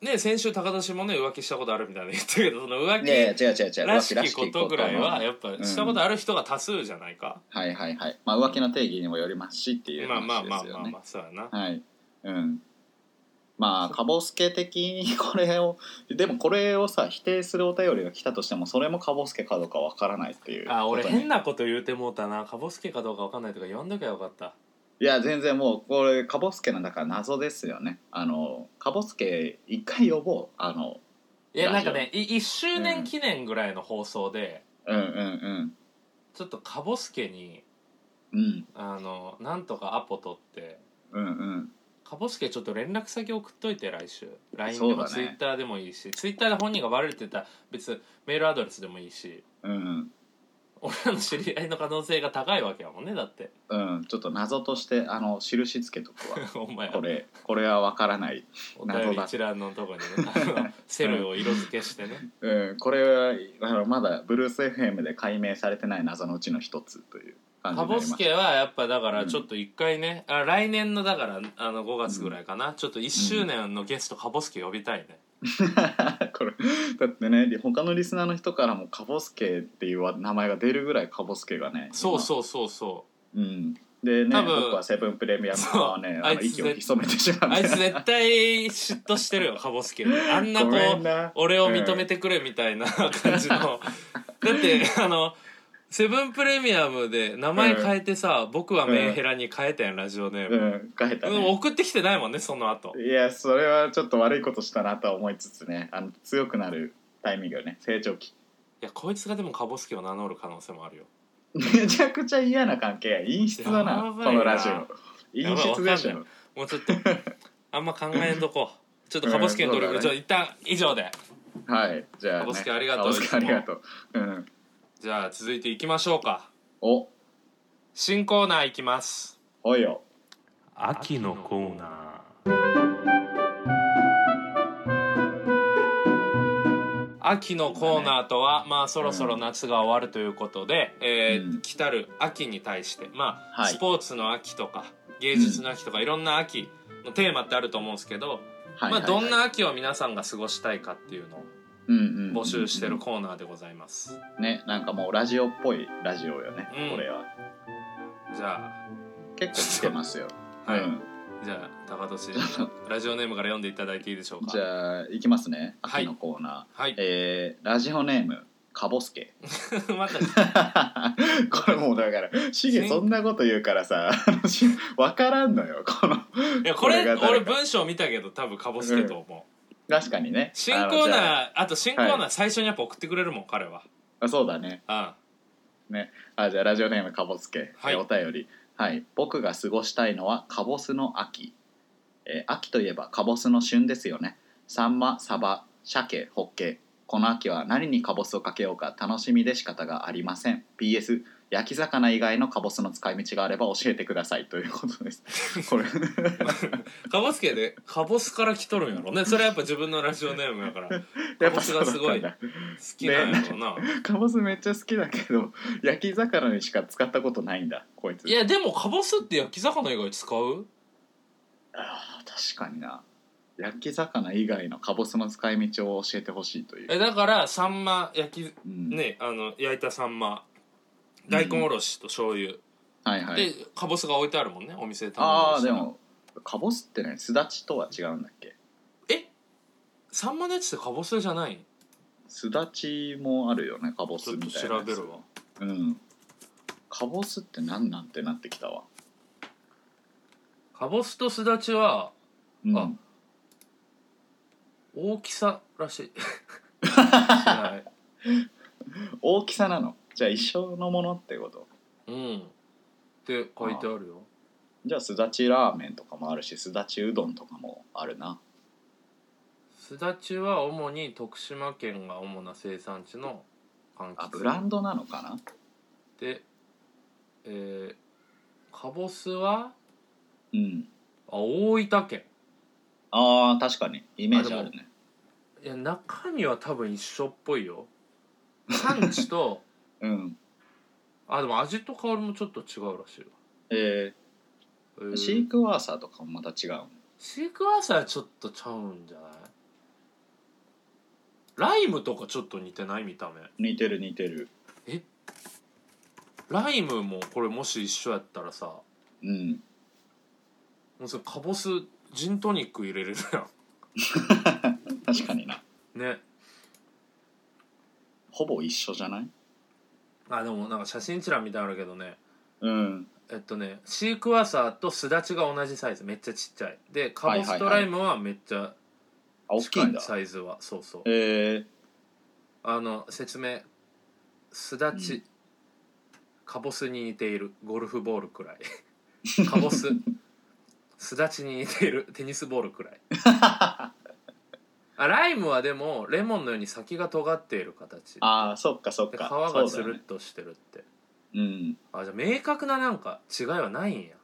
A: ね先週高田氏もね浮気したことあるみたいな言 [laughs] ったけどその浮
B: いやいや
A: 気
B: 違う違う違う
A: ら
B: 浮気
A: しきことぐらいはやっぱ
B: うん
A: したことある人が多数じゃないか、
B: はいはいはい、まあ、浮気の定義にもよりますしっていう
A: まあまあ
B: 話で
A: まあ
B: す
A: ま
B: よ
A: あ
B: ね
A: まあそうやな
B: はいうんまあかぼすけ的にこれをでもこれをさ否定するお便りが来たとしてもそれもかぼすけかどうかわからないっていう
A: あ俺
B: ことに
A: 変なこと言うてもうたなかぼすけかどうかわかんないとか呼んどきゃよかった
B: いや全然もうこれかぼすけのだから謎ですよねあのかぼすけ一回呼ぼうあの
A: いや
B: ラ
A: なん
B: ジオ
A: かねい1周年記念ぐらいの放送で、
B: うんうん
A: ちょっとかぼすけに
B: うんうん
A: あのなんとかアポ取って
B: うん
A: かぼすけちょっと連絡先送っといて来週 LINE
B: そ
A: で
B: う
A: も
B: だね
A: Twitter でもいいし、Twitter で本人がバレるって言ったら別にメールアドレスでもいいし
B: うんうん
A: 俺らの知り合いの可能性が高いわけやもんねだって [laughs]
B: うんちょっと謎としてあの印つけとくわ
A: お前
B: これこれはわからない
A: お便り一覧のとこにねあのセルを色付けしてね
B: うん、これはあのまだブルース FM で解明されてない謎のうちの一つと [laughs] いう感
A: カ
B: じになり
A: ボ
B: ま
A: ス
B: した
A: ケはやっぱだからちょっと一回ね、あ来年のだからあの5月ぐらいかな、ちょっと1周年のゲストカボスケ呼びたいね、
B: [laughs] これだってね他のリスナーの人からも「カボスケ」っていう名前が出るぐらいカボスケがね
A: そうそうそうそう
B: う、うん、でね
A: 多分
B: 僕はセブンプレミアムはね
A: そう
B: あ
A: あ
B: の
A: いつ
B: 息を潜めてしまう
A: あいつ絶対嫉妬してるよカボスケにあんなこ
B: ごめん
A: う
B: な
A: 俺を認めてくれみたいな感じのだって
B: [laughs]
A: あのセブンプレミアムで名前変えてさ、僕はメンヘラに変えたやんラジオネー
B: う
A: ム、
B: ん変えた
A: うん
B: ね
A: 送ってきてないもんねその後
B: いやそれはちょっと悪いことしたなとは思いつつねあの強くなるタイミングよね成長期
A: いやこいつがでもカボスケを名乗る可能性もあるよ
B: めちゃくちゃ嫌な関係陰湿だな
A: やばいな
B: このラジオ陰湿でし
A: やばいわかん
B: ょ
A: もうちょっ
B: [laughs]
A: とあんま考えんとこうちょっとカボスケのドリブル
B: うん
A: ち
B: そ
A: ょっ
B: うだ
A: と一旦以上で
B: はいじゃあ、ね、
A: カボスケありがとう
B: カボスケありがとううん
A: じゃあ続いていきましょうか
B: お
A: 新コーナーいきます
B: おいよ
A: 秋のコーナー秋のコーナーとは、まあそろそろ夏が終わるということで、えー
B: うん
A: 来たる秋に対してまあ、
B: はい
A: スポーツの秋とか芸術の秋とか、いろんな秋のテーマってあると思うんですけど、
B: はい
A: まあ、どんな秋を皆さんが過ごしたいかっていうのを募
B: 募
A: 集してるコーナーでございます、
B: ねなんかもうラジオっぽいラジオよね、
A: うん
B: これは
A: じゃ
B: 結構来てますよ、
A: あ [laughs] はい、
B: うん、
A: じゃあ高年ラジオネームから読んでいただいていいでしょうか
B: じゃあいきますね
A: はい
B: 秋のコーナー、
A: はい
B: えーラジオネームかぼすけ [laughs]
A: [laughs] また
B: これもうだからしげそんなこと言うからさあのしわからんのよこの
A: いやこれ
B: これが誰か
A: 俺文章見たけど多分かぼすけと思う、
B: 確かにね
A: 新
B: あの
A: コー
B: じ
A: ナ
B: ゃ
A: ーあと新コーナー最初にやっぱ送ってくれるもん彼は
B: あそうだね
A: うん
B: あじゃあラジオネームかぼすけ、
A: はい
B: えお便りはい僕が過ごしたいのはかぼすの秋、えー秋といえばかぼすの旬ですよねサンマサバ鮭ホッケこの秋は何にかぼすをかけようか楽しみで仕方がありません PS 焼き魚以外のかぼすの使い道があれば教えてくださいというこ
A: [laughs]
B: とですこれ
A: かぼすけでかぼすから来とるんやろねそれはやっぱ自分のラジオネームやから好
B: やっぱそうだ
A: かぼすが
B: ったんだ
A: すごいきなんやろな、
B: かぼすめっちゃ好きだけど焼き魚にしか使ったことないんだこいつ
A: いやでもかぼすって焼き魚以外使う
B: あー確かにな焼き魚以外のかぼすの使い道を教えてほしいという、
A: えだからサンマ焼
B: うん
A: きねあの焼いたサンマ大根おろしと醤油、
B: はいはい
A: でかぼすが置いてあるもんねお店で頼んだ
B: あ
A: りし
B: あ
A: た
B: で
A: ら
B: もかぼすってねすだちとは違うんだっけ
A: えサンマのやつってかぼすじゃない
B: すだちもあるよねかぼ
A: ち
B: す
A: ょっ
B: み
A: と
B: たい
A: 調
B: なやつ
A: べるわ
B: うんかぼすって何なんてなってきたわ、
A: かぼすとすだちは
B: うん、
A: あ大きさら
B: [laughs]
A: しい知らない
B: 大きさなのじゃあ一緒のものってこと
A: うんって書いてあるよ
B: じゃあすだちラーメンとかもあるしすだちうどんとかもあるな
A: すだちは主に徳島県が主な生産地の柑
B: あ
A: 橘
B: ブランドなのかな
A: でえー、かぼすは
B: うん
A: あ大分県
B: あー確かにイメージあるね
A: いや中身は多分一緒っぽい [laughs] よ産地と
B: うん
A: あでも味と香りもちょっと違うらしいわ、
B: え
A: え
B: ー
A: ー
B: シークワーサーとかもまた違う
A: シークワーサーはちょっとちゃうんじゃないライムとかちょっと似てない見た目
B: 似てる似てる
A: ライムもこれもし一緒やったらさも
B: うん
A: うそれかぼすジントニック入れれるや
B: 確かになん
A: ね
B: ほぼ一緒じゃない
A: あでもなんか写真一覧みたいなのあるけどね
B: うん
A: えっとねシークワーサーとすだちが同じサイズめっちゃちっちゃいでかぼ
B: は
A: す
B: いは
A: と
B: いは
A: ラ
B: い
A: イムはめっちゃ
B: あ大きい
A: 近
B: ん
A: い
B: だ
A: サイズはそうそう
B: えー、
A: あの説明すだち、
B: うん
A: かぼすに似ているゴルフボールくらい [laughs] かぼすすだちに似ているテニスボールくらい
B: [laughs]
A: あライムはでもレモンのように先が尖っている形
B: あーそっかそっ
A: で皮
B: か
A: がつ
B: そうだよ
A: る
B: ね
A: っとしてるって、
B: うん
A: あじゃあ明確ななんか違いはないんや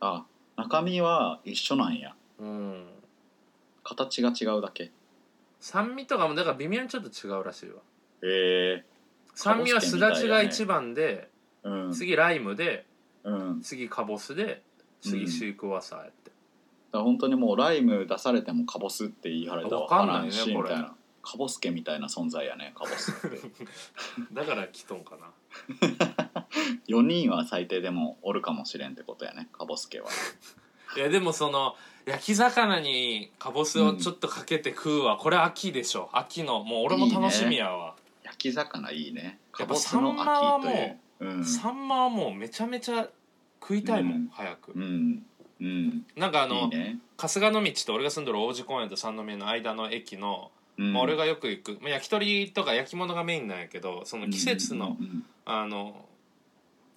B: あ中身は一緒なんや
A: うん
B: 形が違うだけ
A: 酸味とかもだから微妙にちょっと違うらしいわ
B: え
A: 酸味はすだちが一番で、
B: ー、うん
A: 次ライムで
B: うんだか
A: 次かぼすで次シークワーサーやって、
B: ら本当にもうライム出されてもかぼすって言われたら
A: わかんないね
B: わし
A: こ
B: み
A: れ
B: たいなかぼすけみたいな存在やねかぼすって
A: だから来とんかな
B: 4人は最低でもおるかもしれんってことやねかぼすけはい
A: やでもその焼き魚にかぼすをちょっとかけて食うは、これ秋でしょ秋のもう俺も楽しみやわ
B: 焼き魚いいね
A: や
B: か
A: っぱ
B: ぼすの秋といううん
A: サンマはもうめちゃめちゃ食いたいもん、
B: うん
A: 早く、
B: うんうん
A: なんかあの
B: いいね
A: 春日野道と俺が住んでる王子公園と三宮の間の駅の、
B: うん
A: まあ、俺がよく行く、まあ、焼き鳥とか焼き物がメインなんやけどその季節の、
B: うん
A: あの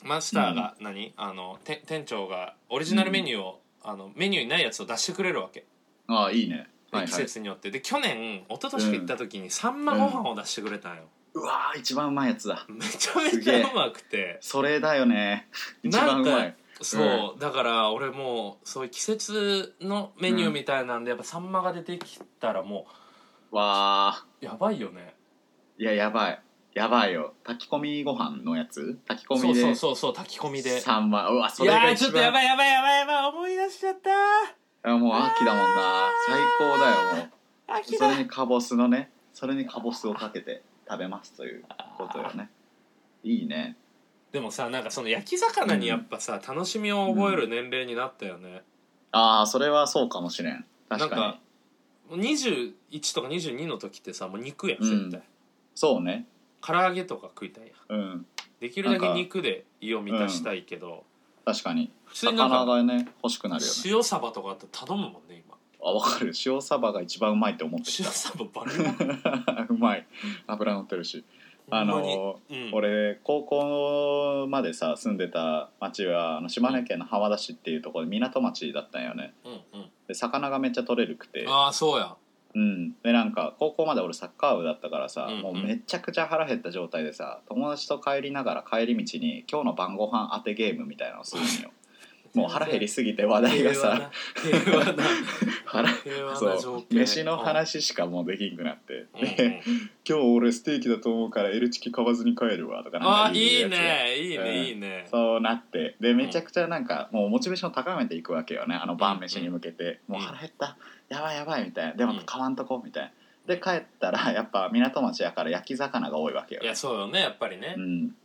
A: マスターが何、あのて店長がオリジナルメニューを、あのメニューにないやつを出してくれるわけ
B: ああいいね
A: で
B: はい
A: 季
B: はい
A: 節によってで去年一昨年行った時にサンマご飯を出してくれたんよ、
B: うわー一番うまいやつだ
A: めちゃめちゃうまくて
B: それだよね一
A: [laughs] な
B: 番
A: ん
B: う
A: か
B: まい
A: そう、だから俺もうそういう季節のメニューみたいなんで、やっぱサンマが出てきたらも
B: わあ
A: うやばいよね
B: いややばいやばいよ炊き込みご飯のやつ炊き込
A: そ
B: み
A: う
B: で
A: そうそうそう炊き込みで
B: 3万うわそ
A: い
B: れ
A: や
B: が
A: ーちょ
B: 一
A: っとや
B: 番
A: ばいやばいやばいやばい思い出しちゃっ
B: あもう秋だもんな最高だよも
A: た
B: う
A: 秋
B: そ
A: だ
B: れにかぼすのねそれにかぼすをかけて食べますということよねいいね
A: でもさなんかその焼き魚にやっぱさ、楽しみを覚える年齢になったよね、
B: ああそれはそうかもしれん確かに
A: なんか21とか22の時ってさもう肉やん
B: うん
A: 絶対、
B: そうね
A: 唐揚げとか食いたいやん
B: うん
A: できるだ
B: な
A: け
B: んか
A: 肉で胃を満たしたいけど、
B: 確かに
A: 普通になんか
B: 魚がね欲しくなるよね
A: 塩サバとかあったら頼むもんね今
B: ああわかる塩サバが一番うまいと思って
A: 塩サババカだ
B: た [laughs] うまい油乗ってるし [laughs] あ
A: ほんまに
B: の
A: うん
B: 俺高校までさ住んでた町はあの島根県の浜田市っていうところで港町だったんよね
A: うんうん
B: で魚がめっちゃ取れるくて
A: ああそうや
B: うん、でなんか高校まで俺サッカー部だったからさ、
A: うんうん
B: もうめちゃくちゃ腹減った状態でさ友達と帰りながら帰り道に今日の晩ご飯当てゲームみたいなのする
A: [laughs]
B: んよもう腹減りすぎて話題がさ
A: 平和
B: [laughs]
A: な
B: 腹
A: 平和な平和な
B: そ
A: 情
B: う
A: 景
B: 飯の話しかもうできんくなって、
A: うんうん
B: で今日俺ステーキだと思うから L チキ買わずに帰るわ」とか
A: あ
B: な
A: あ
B: [laughs] んか
A: い
B: い
A: いう
B: やつ
A: ねいい
B: うん
A: ねいいね
B: そうなってでめちゃくちゃなんかもうモチベーション高めていくわけよねあの晩飯に向けて、
A: うん
B: もう腹減ったやばいやばいみたいなでも
A: うん
B: 買わんとこみたいなで帰ったらやっぱ港町やから焼き魚が多いわけよ
A: い、やそうよねやっぱりね
B: うん、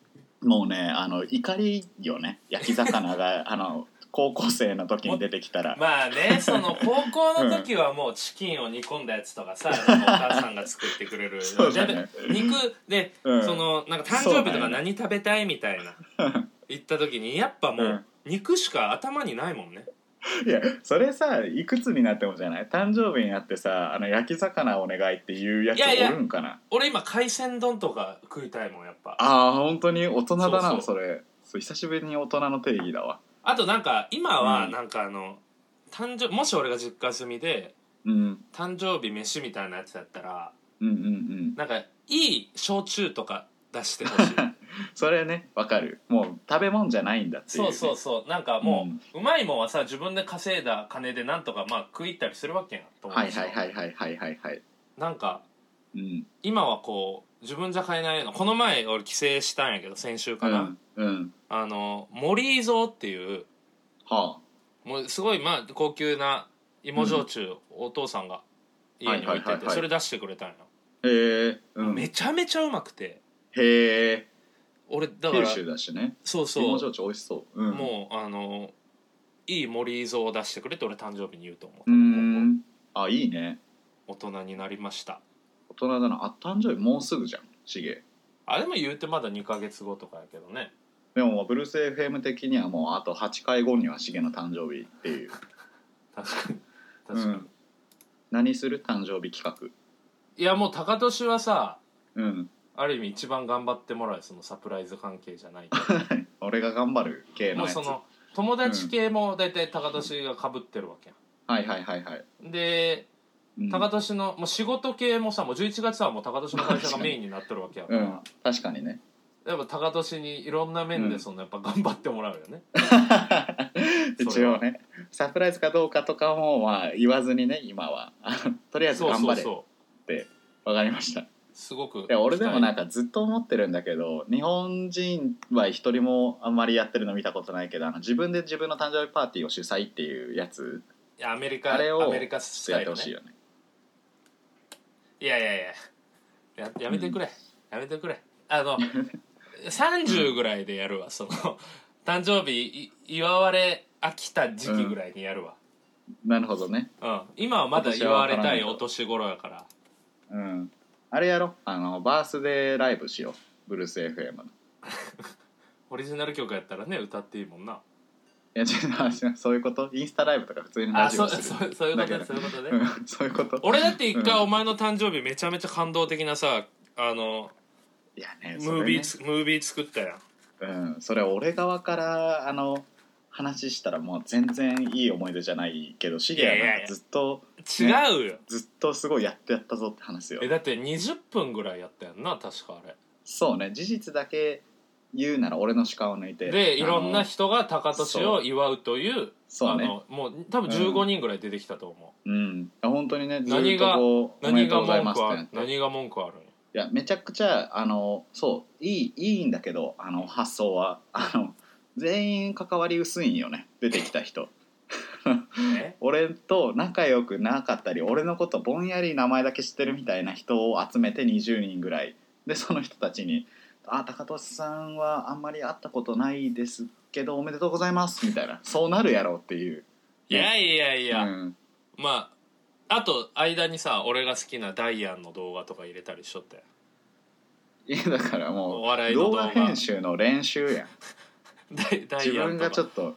B: もうねあの怒りよね焼き
A: [laughs]
B: 魚があの高校生の時に出てきたら
A: まあね
B: [laughs]
A: その高校の時はもうチキンを煮込んだやつとかさなんかお母さんが作ってくれる
B: [laughs] そうだね
A: で肉で、
B: うん
A: そのなんか誕生日
B: そう
A: と
B: だ
A: か
B: ね
A: 何食べたいみたいな言った時にやっぱも
B: うん
A: う肉しか頭にないもんね
B: いやそれさいくつになってもじゃない誕生日になってさあの焼き魚お願いっていうやつ
A: いやいや
B: おるんかな
A: 俺今海鮮丼とか食いたいもんやっぱあ
B: ああ本当に大人だな
A: そ
B: そう
A: そ
B: れそう久しぶりに大人の定義だわ
A: となんか今
B: う
A: は
B: ん
A: なんかあの誕生もし俺が実家住みで
B: うん
A: 誕生日飯みたいなやつだったら
B: うんうんうん
A: なんかいい焼酎とか出してほ
B: [laughs]
A: しい
B: それねわかるもう食べ物じゃないんだっていう、
A: そうそうそうなんかも
B: うん
A: う、うまいもんはさ自分で稼いだ金でなんとかまあ食いったりするわけやんと思う
B: は
A: ん
B: い
A: ですよ
B: はいはいはいはいはいはい
A: なんか
B: うん
A: 今はこう自分じゃ買えないのこの前俺帰省したんやけど先週かな、
B: うん、うん、
A: あの森伊蔵っていう
B: は
A: もうすごいまあ高級な芋焼酎、お父さんが家に置い
B: は
A: て
B: いはいはい
A: て
B: はい
A: それ出してくれたんよ、
B: あへえ、うん、
A: めちゃめちゃうまくて
B: へえ
A: 俺だから
B: 九州だしね
A: そうそ
B: 芋
A: う
B: 焼酎美味しそう、うん、
A: もうあのいい森伊蔵を出してくれって俺誕生日に言うと思
B: う
A: う、
B: んあいいね
A: 大人になりました
B: 大人だなあ誕生日もうすぐじゃんしげ
A: あでも言うてまだ2ヶ月後とかやけどね
B: でもブルース FM 的にはもうあと8回後にはしげの誕生日っていう
A: 確かに確かに、
B: うん何する誕生日企画
A: いやもう高年はさ
B: うん
A: ある意味一番頑張ってもらうそのサプライズ関係じゃない
B: [laughs]
A: け
B: 俺が頑張る系
A: どもう
B: のやつ
A: そ
B: は
A: の友達系も大体高年がかぶってるわけや
B: いはいはいはい、
A: んで
B: うん、
A: 高年のもう仕事系もさもう11月はもう高年の会社がメインになってるわけやか
B: う
A: ら、
B: ん確かに
A: [laughs]
B: ね
A: やっぱ高年にいろんな面
B: う
A: で
B: ん
A: そのやっぱ頑張ってもらうよね、
B: 一応ねサプライズかどうかとかもまあ言わずにね今は [laughs] とりあえず
A: そう
B: 頑
A: そ
B: 張
A: う
B: れ
A: そう
B: わかりました
A: すごく
B: で俺でもなん
A: か
B: かずっと思ってるんだけど日本人は一人もあんまりやってるの見たことないけどあの自分で自分の誕生日パーティーを主催っていうやつ
A: アメリカ
B: あれを
A: アメリカス
B: や
A: タ
B: っ
A: イル、
B: てほ
A: ね
B: しい、よね
A: いやいやいやややめてくれ、やめてくれあ
B: [laughs]
A: の30ぐらいでやるわその誕生日い祝われ飽きた時期ぐらいにやるわ、
B: なるほどね
A: うん今はまだ
B: 今年
A: 祝
B: は
A: わ
B: わか
A: れ
B: ら
A: た
B: ない
A: い
B: けど
A: お年頃やから
B: うんあれやろあのバースデーライブしようブルース FM の
A: オリジナル曲やったらね歌っていいもんない
B: や違う違うそういうことインスタライブとか普通にラ
A: あ
B: ジ
A: そ
B: オ
A: う
B: する
A: そうそういうことねそういうことね、
B: うんそういうこと
A: 俺だって一回
B: うん
A: お前の誕生日めちゃめちゃ感動的なさあの
B: いやねそれ
A: ムービー
B: ね
A: つ、ムービー作ったやん
B: うん、それ俺側からあの話したらもう全然いい思い出じゃないけどシゲはい
A: やいや
B: ないん
A: や
B: かずっと
A: 違うよ、
B: ずっとすごいやってやったぞって話よ
A: えだって20分ぐらいやったやんな確かあれ
B: そうね事実だけ言うなら俺の主観を抜いて
A: でいろんな
B: あの
A: 人が高利を祝うという
B: そう
A: あ
B: ね
A: のもう多分15人ぐらい出てきたと思
B: うんいや本当にねず
A: 何
B: っと
A: が
B: こう
A: う、
B: おめ
A: 何
B: でと
A: が
B: うござい
A: 文
B: ます
A: 句
B: って
A: あ
B: な
A: る
B: ってい
A: 何が文句あるんや
B: やめちゃくちゃあのそういいいいんだけどあの発想はあの全員関わり薄いんよね出てきた人
A: え
B: 俺と仲良くなかったり俺のことぼんやり名前だけ知ってるみたいな人を集めて20人ぐらいでその人たちに「あ高俊さんはあんまり会ったことないですけどおめでとうございます」みたいなそうなるやろうっていう
A: いやいやい
B: い
A: や、
B: うん、
A: まああと間にさ俺が好きなダイアンの動画とか入れたりしとったやん
B: いやだから
A: お
B: も
A: 笑
B: う
A: いの
B: 動
A: 動画
B: 画編集の練習やん
A: ダイダ
B: 自
A: イア
B: 分
A: ンと
B: がちょ
A: か
B: っと、うん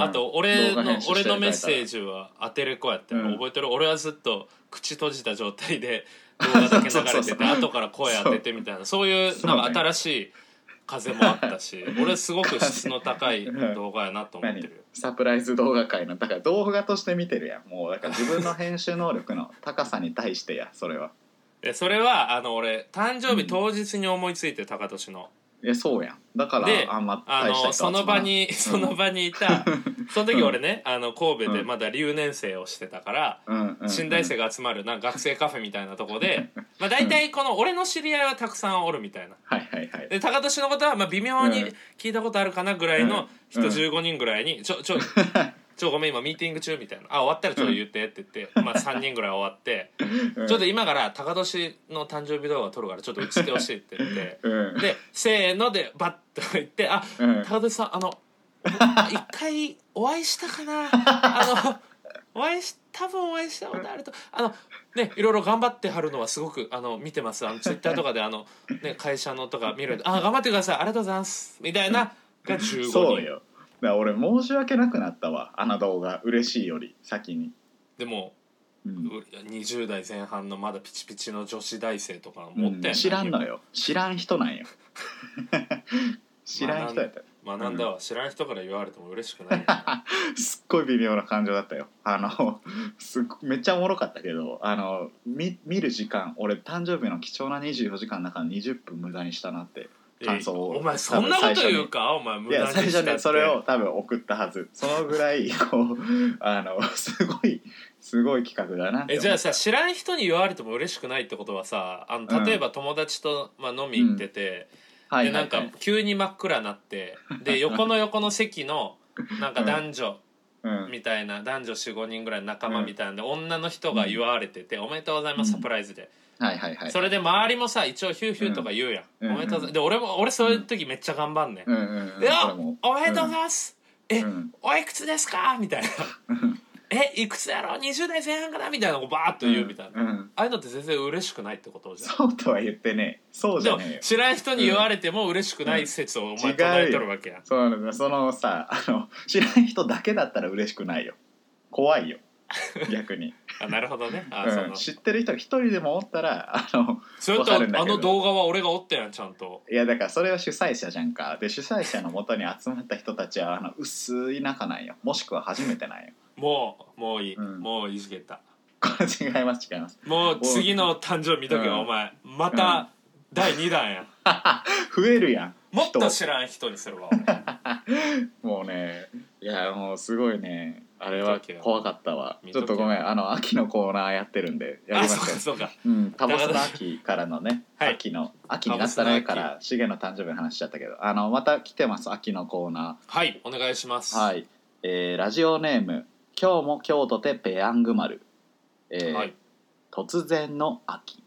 A: あと俺
B: 動画
A: の
B: 編集し
A: 俺
B: てる
A: のメッセージは当てれこやったよ、
B: うん
A: 覚えてる俺はずっと口閉じた状態
B: [laughs]
A: で動画だけ流
B: そ
A: れ
B: うそ
A: て
B: う
A: て
B: そう
A: 後から声当ててみたいなそういう
B: そう
A: な
B: ね
A: んか新しい風もあったし俺すごく質の高い動画やなと思って
B: 何
A: るよ
B: サプライズ動画界のだから動画として見てるやんもうだから自分の編集能力の高さに対してやそれは
A: でそれはあの俺誕生
B: う
A: 日
B: ん
A: 当日に思いついて高俊の
B: いやそうやんだから
A: で
B: あんま
A: あ
B: 大した
A: の
B: 人集ま
A: そ
B: らん
A: の場にその場にいたその時俺ねあの神戸で
B: うん
A: まだ留年生をしてたから、
B: うんうん
A: 新大生が集まるなんか学生カフェみたいなとこで、 [laughs] まあ、大体この俺の知り合いはたくさんおるみたいな
B: はいはいはい
A: で高俊のことはまあ微妙
B: う
A: に
B: ん
A: 聞いたことあるかなぐらいの人
B: うん
A: 15人ぐらいに「ち
B: [laughs]
A: ょちょちょごめん今ミーティング中」みたいな「あ終わったらちょっと言って」って言って、まあ、3人ぐらい終わって「
B: うん
A: ちょっと今から高俊の誕生日動画撮るからちょっと映ってほしい」って言って。
B: うん
A: でせーのでバッと言って「あ
B: うん
A: 高田さんあの一回お会いしたかなあのお会いし多分お会いしたことあるとあのねいろいろ頑張ってはるのはすごくあの見てますあのツイッターとかであの、ね、会社のとか見るあ頑張ってくださいありがとうございますみたいなが15人
B: そうよだから俺申し訳なくなったわあの動画嬉しいより先に、
A: でも
B: うん
A: う20代前半のまだピチピチの女子大生とか持って
B: うん知らんの
A: よ
B: よ知らん人な
A: [laughs]
B: んよ知らん人やった
A: 学んだわ知らん人から言われても嬉しく
B: [laughs]
A: ないよね
B: すっごい微妙な感情だったよあのすっごめっちゃおもろかったけどあのみ見る時間俺誕生日の貴重な24時間の中の20分無駄にしたなって感想を
A: いやお前そんなこと言うかお前無
B: い
A: 駄
B: や
A: にしたっ
B: 最
A: て
B: 初ねそれを多分送ったはずそのぐ
A: [laughs]
B: らいこうあのすごいすごい企画だなって
A: え
B: 思っ
A: じ
B: た
A: ゃあさ知らん人に言われても嬉しくないってことはさあの例えば友達と、まあ、飲み行ってて、
B: はい
A: で
B: はいは
A: ないんか急に真っ暗になって
B: [laughs]
A: で横の横の席のなんか男女
B: うん、
A: みたいな、男女45人ぐらいの仲間みたいなんで、女の人が言われてて「おめでとうございます
B: う
A: サ
B: ん
A: プライズで」
B: はいはいはい
A: それで周りもさ一応ヒューヒューとか言うやん「
B: うん
A: おめでとうございます」で俺も俺そういう時めっちゃ頑張んね、
B: うんうんうん
A: いや
B: 俺も
A: おめでとうございます、え、
B: うん
A: おいくつですか?」みたいな「えいくつやろ ?20 代前半かな?」みたいなのをバーッと言うみたいな。
B: うんうん
A: ああいうのって全然嬉しくないってことじゃん
B: そうとは言ってねそうじ
A: で
B: ゃ
A: も
B: ねえよ
A: 知らん人に言われても嬉しくない説をお
B: うん違う
A: 前
B: よ
A: 唱えとるわけやん
B: そうなんだそのさあの知らん人だけだったら嬉しくないよ怖
A: [laughs]
B: いよ逆に、
A: あなるほどねあ、そ
B: うん、
A: の
B: 知ってる人一人でもおったらあの
A: それ
B: わかるん
A: と
B: だ
A: あ
B: けど
A: の動画は俺がおったやんちゃんと
B: いやだからそれは主催者じゃんかで主催者のもとに集まった人たちはあの薄い仲なんよもしくは初めてなんよ
A: もうもういい、
B: うん
A: もういじけた
B: これ違います違います
A: もう次の誕生日見とけよ、
B: うん
A: お前また第2弾やん、
B: 増えるやん
A: もっと
B: 人
A: 知らん人にするわ俺
B: もうねいやもうすごいねあれは
A: 見とけよ
B: 怖かったわ
A: 見
B: ち
A: と
B: ょっ
A: けよ
B: とごめんあの秋のコーナーやってるんで [laughs] やり
A: あ
B: ま
A: そう
B: す
A: か
B: よ
A: そうか [laughs]
B: うん、タバスの秋からのね、
A: はい
B: 秋の秋になったねか
A: タ
B: らシゲの誕生日の話しちゃったけどあのまた来てます秋のコーナ
A: はいお願いします
B: ーはい、えーラジオネーム「今日も京都でペヤング丸」えー
A: はい
B: 突然の秋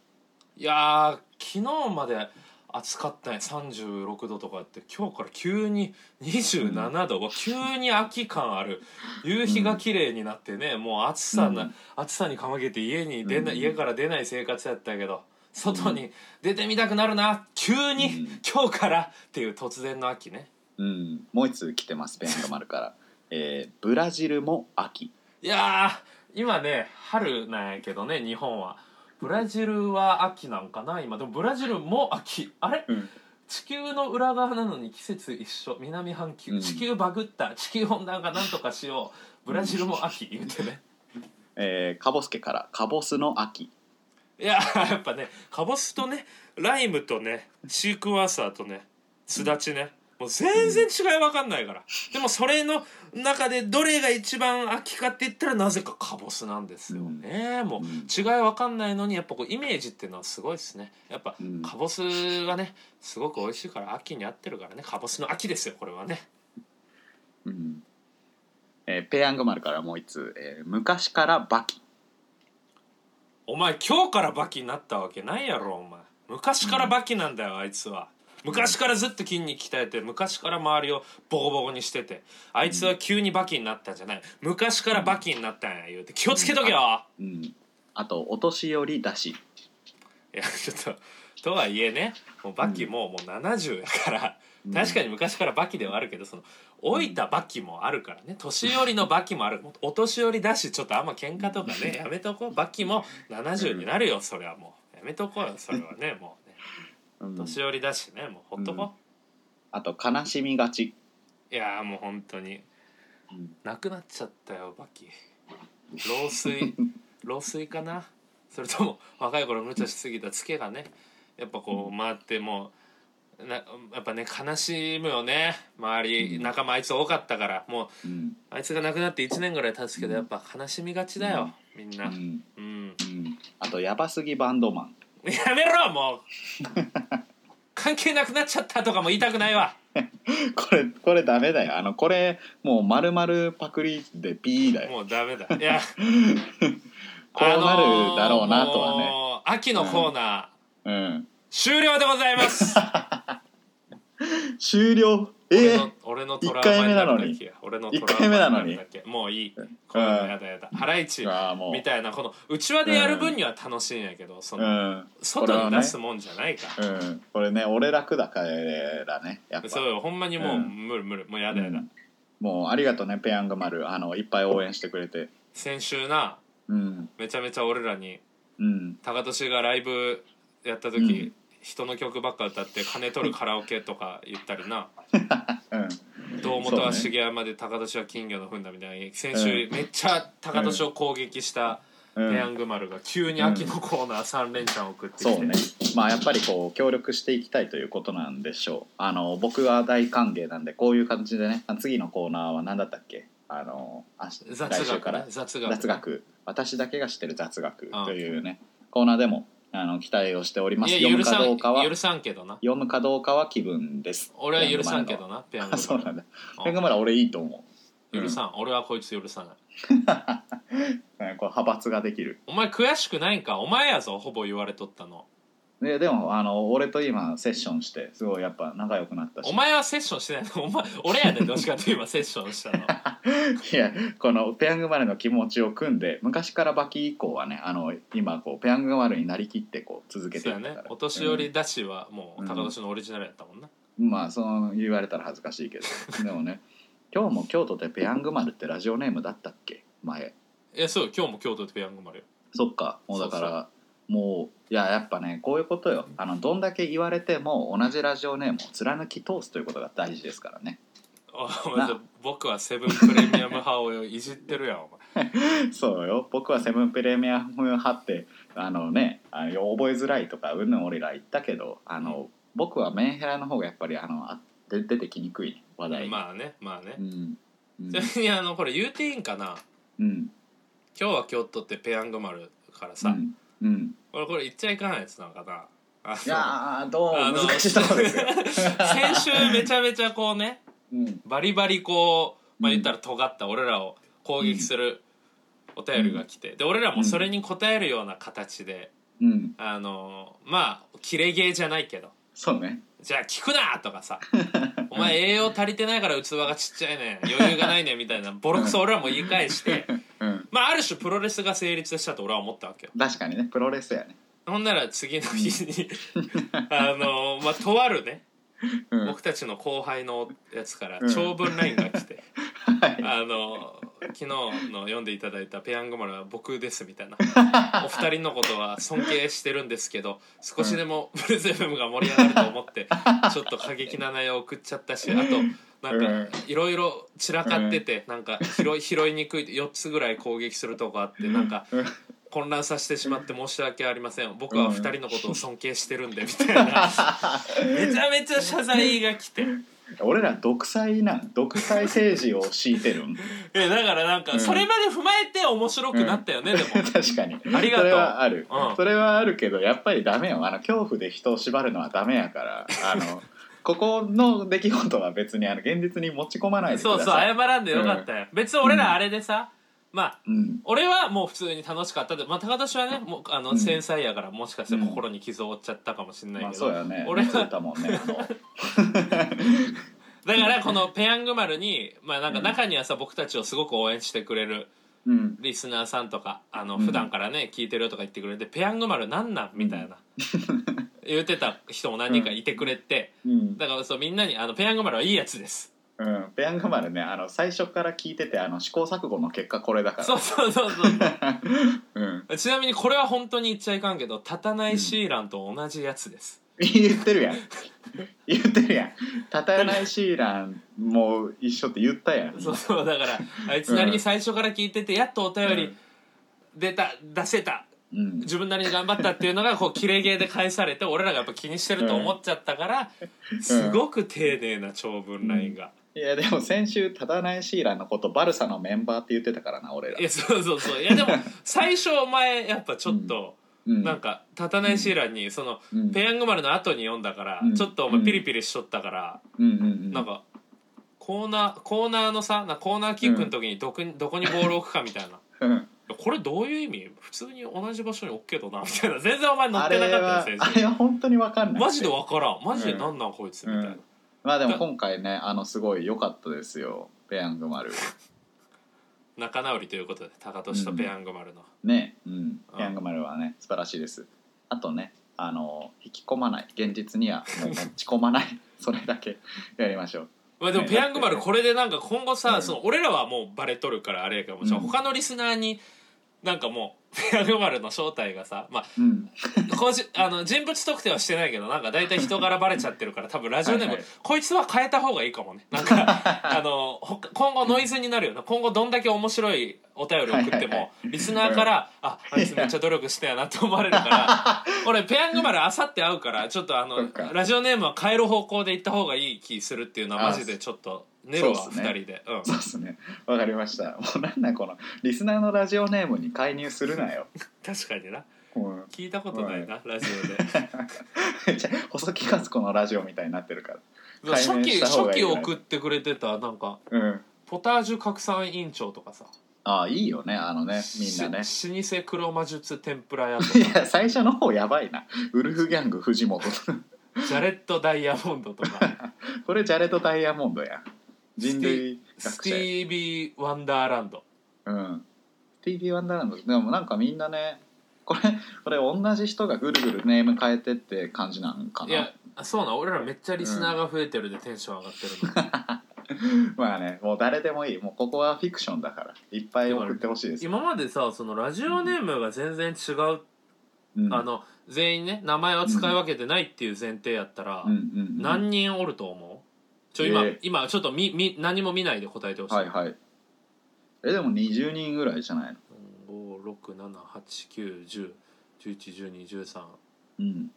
A: いやー昨日まで暑かったね36度とかやって今日から急に27度、うわ急に秋感ある夕日が綺麗になってね、もう暑さな、
B: うん
A: 暑さにかまけて家に出な、
B: うん
A: 家から出ない生活やったけど外に出てみたくなるな急に、
B: うん
A: 今日からっていう突然の秋ね
B: うんもう一通来てますペヤング丸から、 [laughs] えーブラジルも秋
A: いやー今ね春なんやけどね日本はブラジルは秋なんかな今でもブラジルも秋あれ
B: うん
A: 地球の裏側なのに季節一緒南半球、
B: うん
A: 地球バグった地球温暖化なんとかしようブラジルも秋言うてね
B: えーカボスケから「カボスの秋
A: いや [laughs] やっぱねかぼすとねライムとねシークワーサーとねすだちねもう全然違い分かんないからでもそれの中でどれが一番秋かって言ったらなぜかかぼすなんですよね、もう
B: うん
A: 違い分かんないのにやっぱこうイメージっていうのはすごいですねやっぱ
B: うん
A: かぼすはねすごく美味しいから秋に合ってるからねかぼすの秋ですよこれはね」
B: うんえーペヤング丸からもう一通、えー昔からバキ」
A: お前今日からバキになったわけないやろお前昔からバキなんだよあいつは昔からずっと筋肉鍛えて昔から周りをボコボコにしててあいつは急にバキになったんじゃない昔からバキになったんや言うて気をつけとけよ
B: うん、あと「お年寄りだし」
A: いやちょっととはいえねもうバキもうもう70やから確か
B: に
A: に昔からバキではあるけどその老いたバキもあるからね年寄りのバキもあるお年寄りだしちょっとあんま喧嘩とかねやめとこうバキも70になるよそれはもうやめとこうよそれはねもうね年寄りだしねもうほっとこ
B: あと悲しみがち、
A: ういやーもう本当に
B: うん
A: なくなっちゃったよバキ老 [laughs] 衰老衰かなそれとも若い頃無茶しすぎたツケがねやっぱこう回ってもうなやっぱね悲しむよね周り
B: うん
A: 仲間あいつ多かったからもう
B: うん
A: あいつが亡くなって1年ぐらい経つけどやっぱ悲しみがちだよみん
B: う
A: な、
B: ん
A: うん、 [laughs]
B: うん、あとやばすぎバンドマン [laughs]
A: やめろ [laughs] もう関係なくなっちゃったとかも言いたくないわ
B: これこれダメだよあのこれもう丸々パクリでピーだよ
A: もうダメだいや
B: こうなるだろうなとはね
A: あのーもう秋のコーナー、
B: うん
A: 終了でございます
B: 終了 [laughs]
A: 俺
B: えー
A: の、俺のトラウマになるだけや俺のトラウマになるだけもういいこういうのやだやだハライチ
B: うわーもう
A: みたいなこの内輪でやる分には楽しいんやけどその
B: うん
A: 外に出すもんじゃないか
B: うんこれね俺楽だからねやっぱ
A: そうほんまにもう
B: うん
A: 無理無理もうやだや
B: う
A: だ
B: んもうありがとうねペヤング丸あのいっぱい応援してくれて
A: 先週な
B: うん
A: めちゃめちゃ俺らに
B: うん
A: 高俊がライブやった
B: うん
A: 時人の曲ばっか歌って金取るカラオケとか言ったりな
B: うん
A: 堂本は茂山で高俊は金魚の糞だみたいに先週めっちゃ高俊を攻撃した
B: うん
A: ペヤング丸が急に秋のコーナー3連チャン送ってきて、
B: そうねまあやっぱりこう協力していきたいということなんでしょうあの僕は大歓迎なんでこういう感じでねあ次のコーナーは何だったっけあの明日
A: 雑
B: 来週
A: 学、
B: から
A: ね、雑学
B: 雑学私だけが知ってる雑学
A: ああ
B: というねコーナーでもあの期待をしております
A: い
B: 読
A: や
B: む
A: 許
B: か
A: さ
B: どうかは
A: ん許さんけどな
B: 読むかどうかは気分です
A: 俺は許さんけどなペヤング
B: あ [laughs] そうな
A: 丸
B: んだペヤング丸俺いいと思う
A: うん許さん、俺はこいつ許さない
B: うんこう派閥ができる
A: お前悔しくないんかお前やぞほぼ言われとったの
B: ででもあの俺と今セッションしてすごいやっぱ仲良くなったし
A: お前はセッションしてないの [laughs] お前俺やねんどっちかって今セッション
B: [laughs]
A: したの
B: [laughs] いやこのペヤング丸の気持ちを組んで昔からバキ以降はねあの今こうペヤング丸になりきってこう続けて
A: そう
B: い
A: や
B: ったか
A: ね
B: ら、
A: お年寄りだしはも
B: う
A: うん高年のオリジナルやったもんな、
B: うんまあそう言われたら恥ずかしいけどでもね今日も京都でペヤング丸ってラジオネームだったっけ前
A: いやそうよ今日も京都でペヤング丸よ
B: そっかもうだから
A: そ
B: もういややっぱねこういうことよあのどんだけ言われても同じラジオネームを貫き通すということが大事ですか
A: [laughs]
B: らね
A: お
B: な
A: 前僕はセブンプレミアム派をいじってるやんお前
B: そうよ僕はセブンプレミアム派ってあのねあの覚えづらいとかうんぬん俺ら言ったけどあの、僕はメンヘラの方がやっぱりあのあで出てきにくい、ね、話題に
A: まあねまあね
B: う、んうん
A: ちなみにあのこれ言うていいんかな
B: うん
A: 今日は京都ってペヤング丸からさ、
B: うんうん
A: 俺これ言っちゃいかないやつなのかなあ
B: いやーどう
A: あの
B: 難しいところですよ
A: [laughs] 先週めちゃめちゃこうね
B: うん
A: バリバリこうまあ
B: う
A: 言
B: ん
A: ったら尖った俺らを攻撃するお便りが来てで俺らもそれに応えるような形で
B: うん
A: あのーまあキレゲーじゃないけど
B: そうね
A: じゃあ聞くなとかさお前栄養足りてないから器がちっちゃいねん余裕がないねんみたいなボロクソ俺らも言い返して
B: [laughs] うん
A: まあある種プロレスが成立したと俺は思ったわけよ
B: 確かにねプロレスやね
A: ほんなら次の日にあのーまあとあるね
B: うん
A: 僕たちの後輩のやつから
B: うん
A: 長文ラインが来て
B: [laughs] はい
A: あの昨日の読んでいただいた「ペヤングマルは僕です」みた
B: [laughs]
A: いなお二人のことは尊敬してるんですけど少しでもブルーズ FM が盛り上がると思
B: [laughs]
A: ってちょっと過激な内容を送っちゃったしあとなんかいろいろ散らかっててなんか拾い [laughs] 拾いにくい4つぐらい攻撃するとこあってなんか
B: うん
A: 混乱させてしまって申し訳ありません僕は二人のことを尊敬してるんでみたい
B: [laughs]
A: なめちゃめちゃ謝罪が来て。
B: [laughs] 俺ら独裁なん独裁政治を敷い
A: [laughs]
B: てるん
A: えだからなん
B: う
A: か
B: ん
A: それまで踏まえて面白くなったよね、
B: [laughs]
A: でも
B: 確かに
A: ありがとう
B: それはある、
A: うん
B: それはあるけどやっぱりダメよあの恐怖で人を縛るのはダメやからあの [laughs] ここの出来事は別にあの現実に持ち込まないでく
A: そう
B: だ
A: そう
B: さ
A: 謝
B: い
A: らんでよかったよ、別に俺らあれでさ、まあ
B: うん
A: 俺はもう普通に楽しかったで、まあ、高年はねもうあ
B: うん
A: の繊細やからもしかして心に傷を負っちゃったかもしれな
B: ま
A: い
B: あ
A: けど、
B: そうやね
A: 俺は
B: 熱出たもんねあの
A: だからこの「ペヤング丸に」まあ、なんか中にはさ僕たちをすごく応援してくれる
B: うん
A: リスナーさんとかあの
B: うん [laughs]
A: 普段からね、聞いてるよとか言ってくれて「ペヤング丸なんなん?」みたいな、言ってた人も何人かいてくれて、
B: うん
A: だからそうみんなにあの「ペヤング丸はいいやつです
B: うん、ペヤング丸ねあの最初から聞いててあの試行錯誤の結果これだ」から、
A: そうそうそうそう
B: ん、
A: うちなみにこれは本当に言っちゃいかんけど立たないシーランと同じやつです、
B: 言ってる
A: [laughs]
B: やん言ってるやん「たたらないシーランも一緒」って言ったやん
A: そうそうだからあいつなりに最初から聞いててやっとお便り出た出せた
B: うん、
A: 自分なりに頑張ったっていうのがこう切れ毛で返されて俺らがやっぱ気にしてると思っちゃったから、すごく丁寧な長文ラインが、
B: いやでも先週「たたらないシーランのことバルサのメンバーって言ってたからな俺ら
A: いやそうそうそういやでも最初お前やっぱちょっと、
B: うん
A: なんか立たないシーランにその、
B: うん
A: ペヤング丸の後に読んだから、
B: うん
A: ちょっとお前ピリピリしとったから、
B: うんうんうん
A: なんかコーナーコーナーのさなコーナーキックの時にどこに,、どこにボールを置くかみたいな [laughs]
B: うん
A: これどういう意味普通に同じ場所に置くけどなみたいな全然お前乗っ
B: あ
A: て
B: れ
A: なかっ
B: は
A: たよ
B: あ
A: 先
B: れ
A: 生
B: は本当にわかんない
A: マジで分からんマジでなんなんこいつみたいな、
B: うんまあでも今回ねあのすごい良かったですよペヤング丸
A: 仲直りということで高俊とペヤング丸の、
B: ねうん
A: うん
B: ペヤング丸はね素晴らしいですあとねあの引き込まない現実にはもう持ち込まない [laughs] それだけやりましょう
A: まあでも
B: ね
A: ペヤング丸
B: だって
A: これでなんか今後さ、
B: うん
A: その俺らはもうバレとるからあれやけども、
B: うん
A: 他のリスナーになんかもう [laughs] ペヤング丸の正体がさまあ
B: うん
A: 個人あの人物特定はしてないけどなんか大体人柄バレちゃってるから多分ラジオネーム
B: はいはい
A: こいつは変えた方がいいかもね
B: [laughs]
A: なんかあのほか今後ノイズになるよな今後どんだけ面白いお便り送っても、
B: はいはいは
A: リスナーから「ああいつめっちゃ努力したよな」って思われるから俺ペヤング丸あさって会うからちょっとあ
B: そ
A: の
B: っか
A: ラジオネームは変える方向で行った方がいい気するっていうのは
B: あ
A: マジでちょっと寝るわ
B: そうっ
A: 二
B: すね
A: 人でうん
B: そうですねわかりましたもうなんなんこのリスナーのラジオネームに介入するなよ、
A: 確かにな
B: うん、
A: 聞いたことないなラジオで。
B: [laughs] じゃあ細木和子のラジオみたいになってるか解
A: 初
B: 明
A: 期
B: した方
A: 初
B: がいい
A: 期
B: よね
A: 送ってくれてたなんから
B: うん
A: ポタージュ拡散委員長とかさ
B: ああいいよねあのねみんなね
A: し老舗黒魔術天ぷら屋
B: [laughs]
A: とか
B: いや最初の方やばいなウルフギャング藤本 [laughs]
A: ジャレット・ダイヤモンドとか
B: これジャレとダイヤモンドや人類
A: ス
B: 学
A: テ
B: 者や
A: ィービー・ワンダーランド
B: うんスティービー・ワンダーランドでもなんかみんなねこれこれ同じ人がぐるぐるネーム変えてって感じなんか
A: い
B: な
A: やあそうなん俺らめっちゃリスナーが増えてるでテンション上がってるの、
B: まあねもう誰でもいいもうここはフィクションだからいっぱい送ってほしいです、
A: 今までさそのラジオネームが全然違う、
B: うん、
A: あの全員ね名前は使い分けてないっていう前提やったら、
B: うんうんうん
A: 何人おると思うちょ今、
B: えー
A: 今ちょっとみみ何も見ないで答えてほしい、
B: はいはいえでも20人ぐらいじゃないの
A: 五六七八九十十一十二十三
B: うん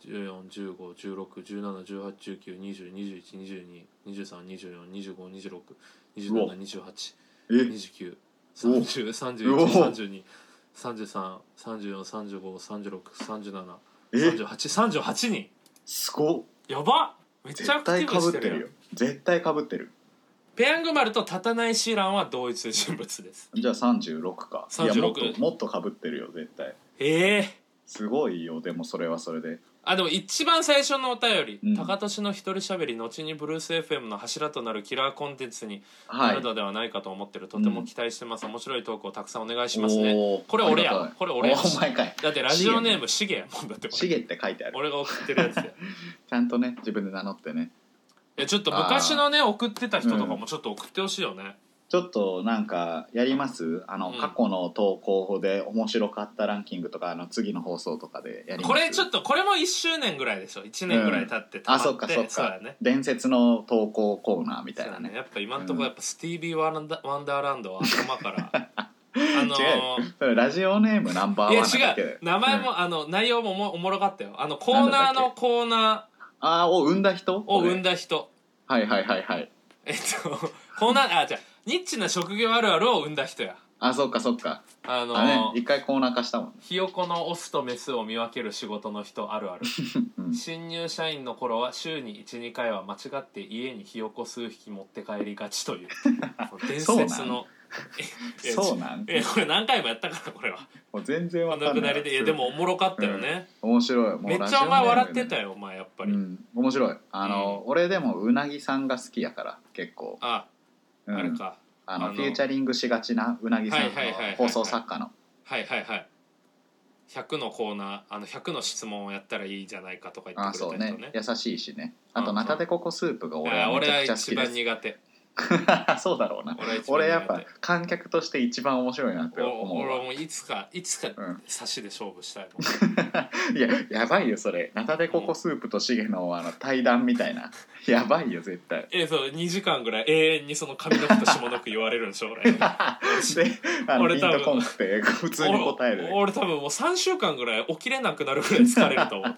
A: 十四十五十六十七十八十九二十二十一二十二二十三二十四二十五二十六二十
B: うわ
A: 七二十八
B: え
A: 二十九三
B: お
A: 十三十一三十二三十三三十四三十五三十六三十七三
B: え
A: 十八三十八人
B: すごっ
A: やばっめっちゃア
B: 絶
A: クテ
B: 対
A: ィ
B: か
A: ブし
B: ぶってて
A: る
B: る
A: よ
B: よ絶対かぶってる
A: ペヤング丸と立たないシーランは同一人物です
B: じゃあ36かいやもっ
A: 36
B: ともっとかぶってるよ絶対
A: ええ
B: すごいよでもそれはそれで
A: あでも一番最初のお便り
B: う
A: 「
B: ん
A: 高俊の一人しゃべり」後にブルース FM の柱となるキラーコンテンツに
B: は
A: ないるのではないかと思ってる、とても期待してます面白いトークをたくさんお願いしますね
B: おー
A: これ俺や
B: ありがたい
A: これ俺や
B: おお前かい
A: だってラジオネームシゲやもんだってこ
B: シ
A: れ
B: ゲって書いてある
A: 俺が送ってるや
B: [laughs]
A: つでい
B: ちゃんとね自分で名乗ってね
A: やちょっと昔のね送ってた人とかもちょっと送ってほしいよね、
B: ちょっとなんかやりますあの、
A: うん
B: 過去の投稿法で面白かったランキングとかあの次の放送とかでやります
A: これちょっとこれも1周年ぐらいでしょ1年ぐらい経ってたまっ
B: あ
A: て、
B: そっかそっ
A: そう
B: か
A: だね
B: 伝説の投稿コーナーみたいな
A: そうだね
B: ね
A: やっぱ今んとこやっぱスティービー・ワンダワンダーランドは頭から
B: [laughs]
A: あのー
B: 違それラジオネームナンバ
A: い
B: ー
A: や
B: ワンだけ
A: 違
B: で
A: う名前も、あの内容もおもおもろかったよあのコーナー
B: なんだ
A: の
B: っ
A: コーナ
B: ああを生んだ人
A: ーを生ん
B: だ
A: だ人
B: はいはいはいはい
A: えっとコーナーあじゃニッチな職業あるあるを生んだ人や
B: あそっかそっか
A: あの
B: あね一回コーナー化したもんね
A: ひよこのオスとメスを見分ける仕事の人あるある
B: う
A: [laughs]
B: ん
A: 新入社員の頃は週に12回は間違って家にひよこ数匹持って帰りがちという伝説のいや
B: そうなん
A: えこれ何回もやったからこれは
B: もう全然
A: こ
B: わ
A: の
B: か
A: く
B: んな
A: だ
B: い
A: りでいやでもおもろかったよね、
B: 面白いも
A: め
B: う
A: っ
B: ラ
A: ち
B: ジオ
A: ゃお前
B: ネーム
A: 笑ってたよお前やっぱり、
B: うん面白いあの、俺でもうなぎさんが好きやから結構、
A: あ
B: うん
A: あれか
B: あの
A: あの
B: フューチャリングしがちなうなぎさんの
A: はいはいはいはいはい
B: 放送作家の
A: はいはいはい100のコーナーあの100の質問をやったらいいじゃないかとか言
B: あ
A: っ
B: ー
A: てく
B: そう
A: れたりと
B: ね
A: ね
B: 優しいしねあと
A: うん
B: ナタデココスープが俺
A: あー
B: はめ
A: 俺
B: ちゃ
A: は
B: くちゃ好
A: 一
B: きで
A: 番
B: す
A: 苦手
B: [laughs] そうだろうな
A: 俺は一番苦手
B: 俺やっぱ観客として一番面白いなって
A: お
B: 思う
A: 俺
B: わ
A: はもういつかいつか
B: うん
A: 差しで勝負したいもん
B: いややばいよそれナタデココスープとシゲのあの対談みたいなやばいよ絶
A: [laughs]
B: 対
A: [laughs] えそう2時間ぐらい永遠にその上の句と下の句言われるんでしょ俺
B: であの
A: 俺
B: イン
A: 多分
B: トコンクで [laughs] 普通に答える
A: 俺俺多分もう3週間ぐらい起きれなくなるぐらい疲れると思う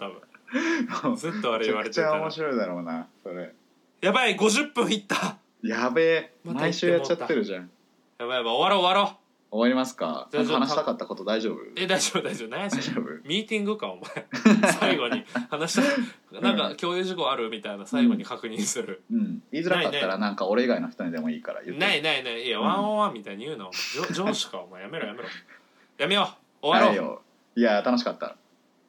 A: 多
B: [laughs]
A: 分ずっとあれ
B: めち
A: 言
B: ゃ
A: わ
B: く
A: れ
B: ち
A: てた
B: ゃ
A: ら
B: 面白いだろうなそれ
A: やばい50分いった
B: やべえ
A: また
B: 毎週やっちゃってるじゃん
A: やばいやばい終わろう終わろ
B: 終わりますか
A: じゃあ
B: なんか話したかったこと大丈夫
A: うえ大丈夫大丈夫何やそ
B: 大
A: れ
B: 丈夫
A: ミーティングかお
B: [laughs]
A: 前最後に話したなんか共有事項あるみたいな最後に確認する、
B: うん言いづらかったらなんか俺以外の人にでもいいから言って
A: ないないないいや、ワンオンワンみたいに言うのじょ
B: [laughs]
A: 上司かお前やめろやめろやめよう終わろ
B: は
A: う
B: いよいや楽しかった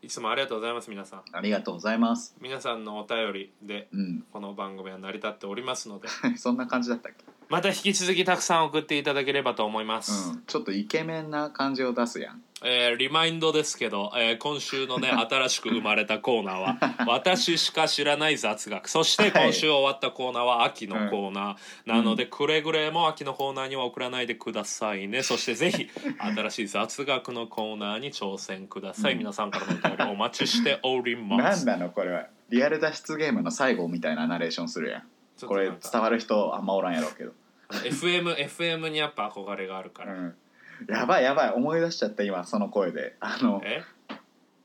A: いつもありがとうございます皆さん
B: ありがとうございます
A: 皆さんのお便りで
B: うん [laughs]
A: この番組は成り立っておりますので
B: そんな感じだったっけ
A: また引き続きたくさん送っていただければと思います、
B: うんちょっとイケメンな感じを出すやん
A: えーリマインドですけど、えー今週
B: [laughs]
A: のね新しく生まれたコーナーは「私しか知らない雑学」そして
B: はい
A: 今週終わったコーナーは秋のコーナーなので、くれぐれも秋のコーナーには送らないでくださいねそしてぜ
B: [laughs]
A: ひ新しい雑学のコーナーに挑戦ください、
B: うん
A: 皆さんからのお便りお待ちしておりま
B: な
A: す
B: んなのこれはリアル脱出ゲームの最後みたいなナレーションするやん
A: ちょっと
B: こ
A: な
B: れ
A: んか
B: 伝わる人あんまおらんやろうけど、
A: あの FM, FM にやっぱ憧れがあるか
B: う
A: ら、
B: ん、やばいやばい思い出しちゃった今その声であの
A: え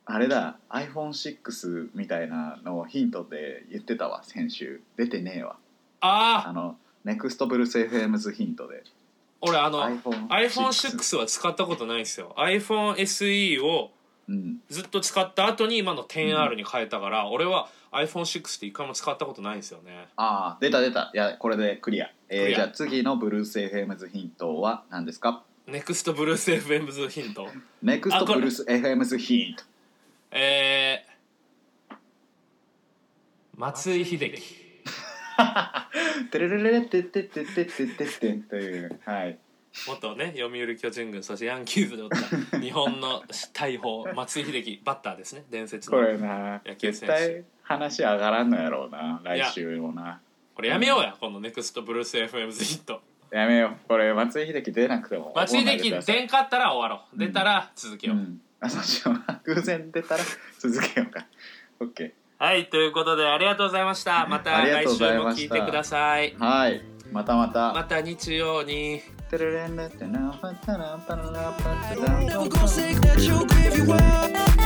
B: あれだ iPhone6 みたいなのをヒントで言ってたわ先週出てねえわあ
A: ああ
B: のネクストブルース FM's ヒントで
A: 俺あの
B: iPhone6,
A: iPhone6 は使ったことないんですよ iPhoneSE を
B: うん、
A: ずっと使った後に今の 10R に変えたから、俺は iPhone6 って一回も使ったことないんですよね
B: ああ出た出たいやこれでクリア,、えー
A: クリア
B: じゃあ次のブルース FM's ヒントは何ですか
A: ネクストブルース FM ズヒント
B: ネクスト
A: あこれ
B: ブルース FM's ヒント
A: えー、松井秀喜
B: テレレレレテテテテテテテというはい
A: 元ね読売巨人軍そしてヤンキーズでおった
B: [laughs]
A: 日本の大砲松井秀喜バッターですね伝説
B: こ
A: の
B: れな
A: 野球
B: 絶
A: 選手
B: 対話上がらんのやろうな来週もな
A: これやめようやこのネクストブルース FM ズヒント
B: やめようこれ松井秀喜出なくても
A: 松井秀喜
B: 覚えないでください
A: 出んかったら終わろう出たら続けよう、
B: うん、あそうしよう偶然出たら続けようか OK
A: はいということでありがとうございましたまた
B: ありが
A: 来
B: とうご
A: 週
B: ざい
A: も
B: ました
A: 聞いてください
B: はいまたまた
A: また日曜に
B: テレレレレテナパタラパララパタラ
C: Never gonna take that you gave you up.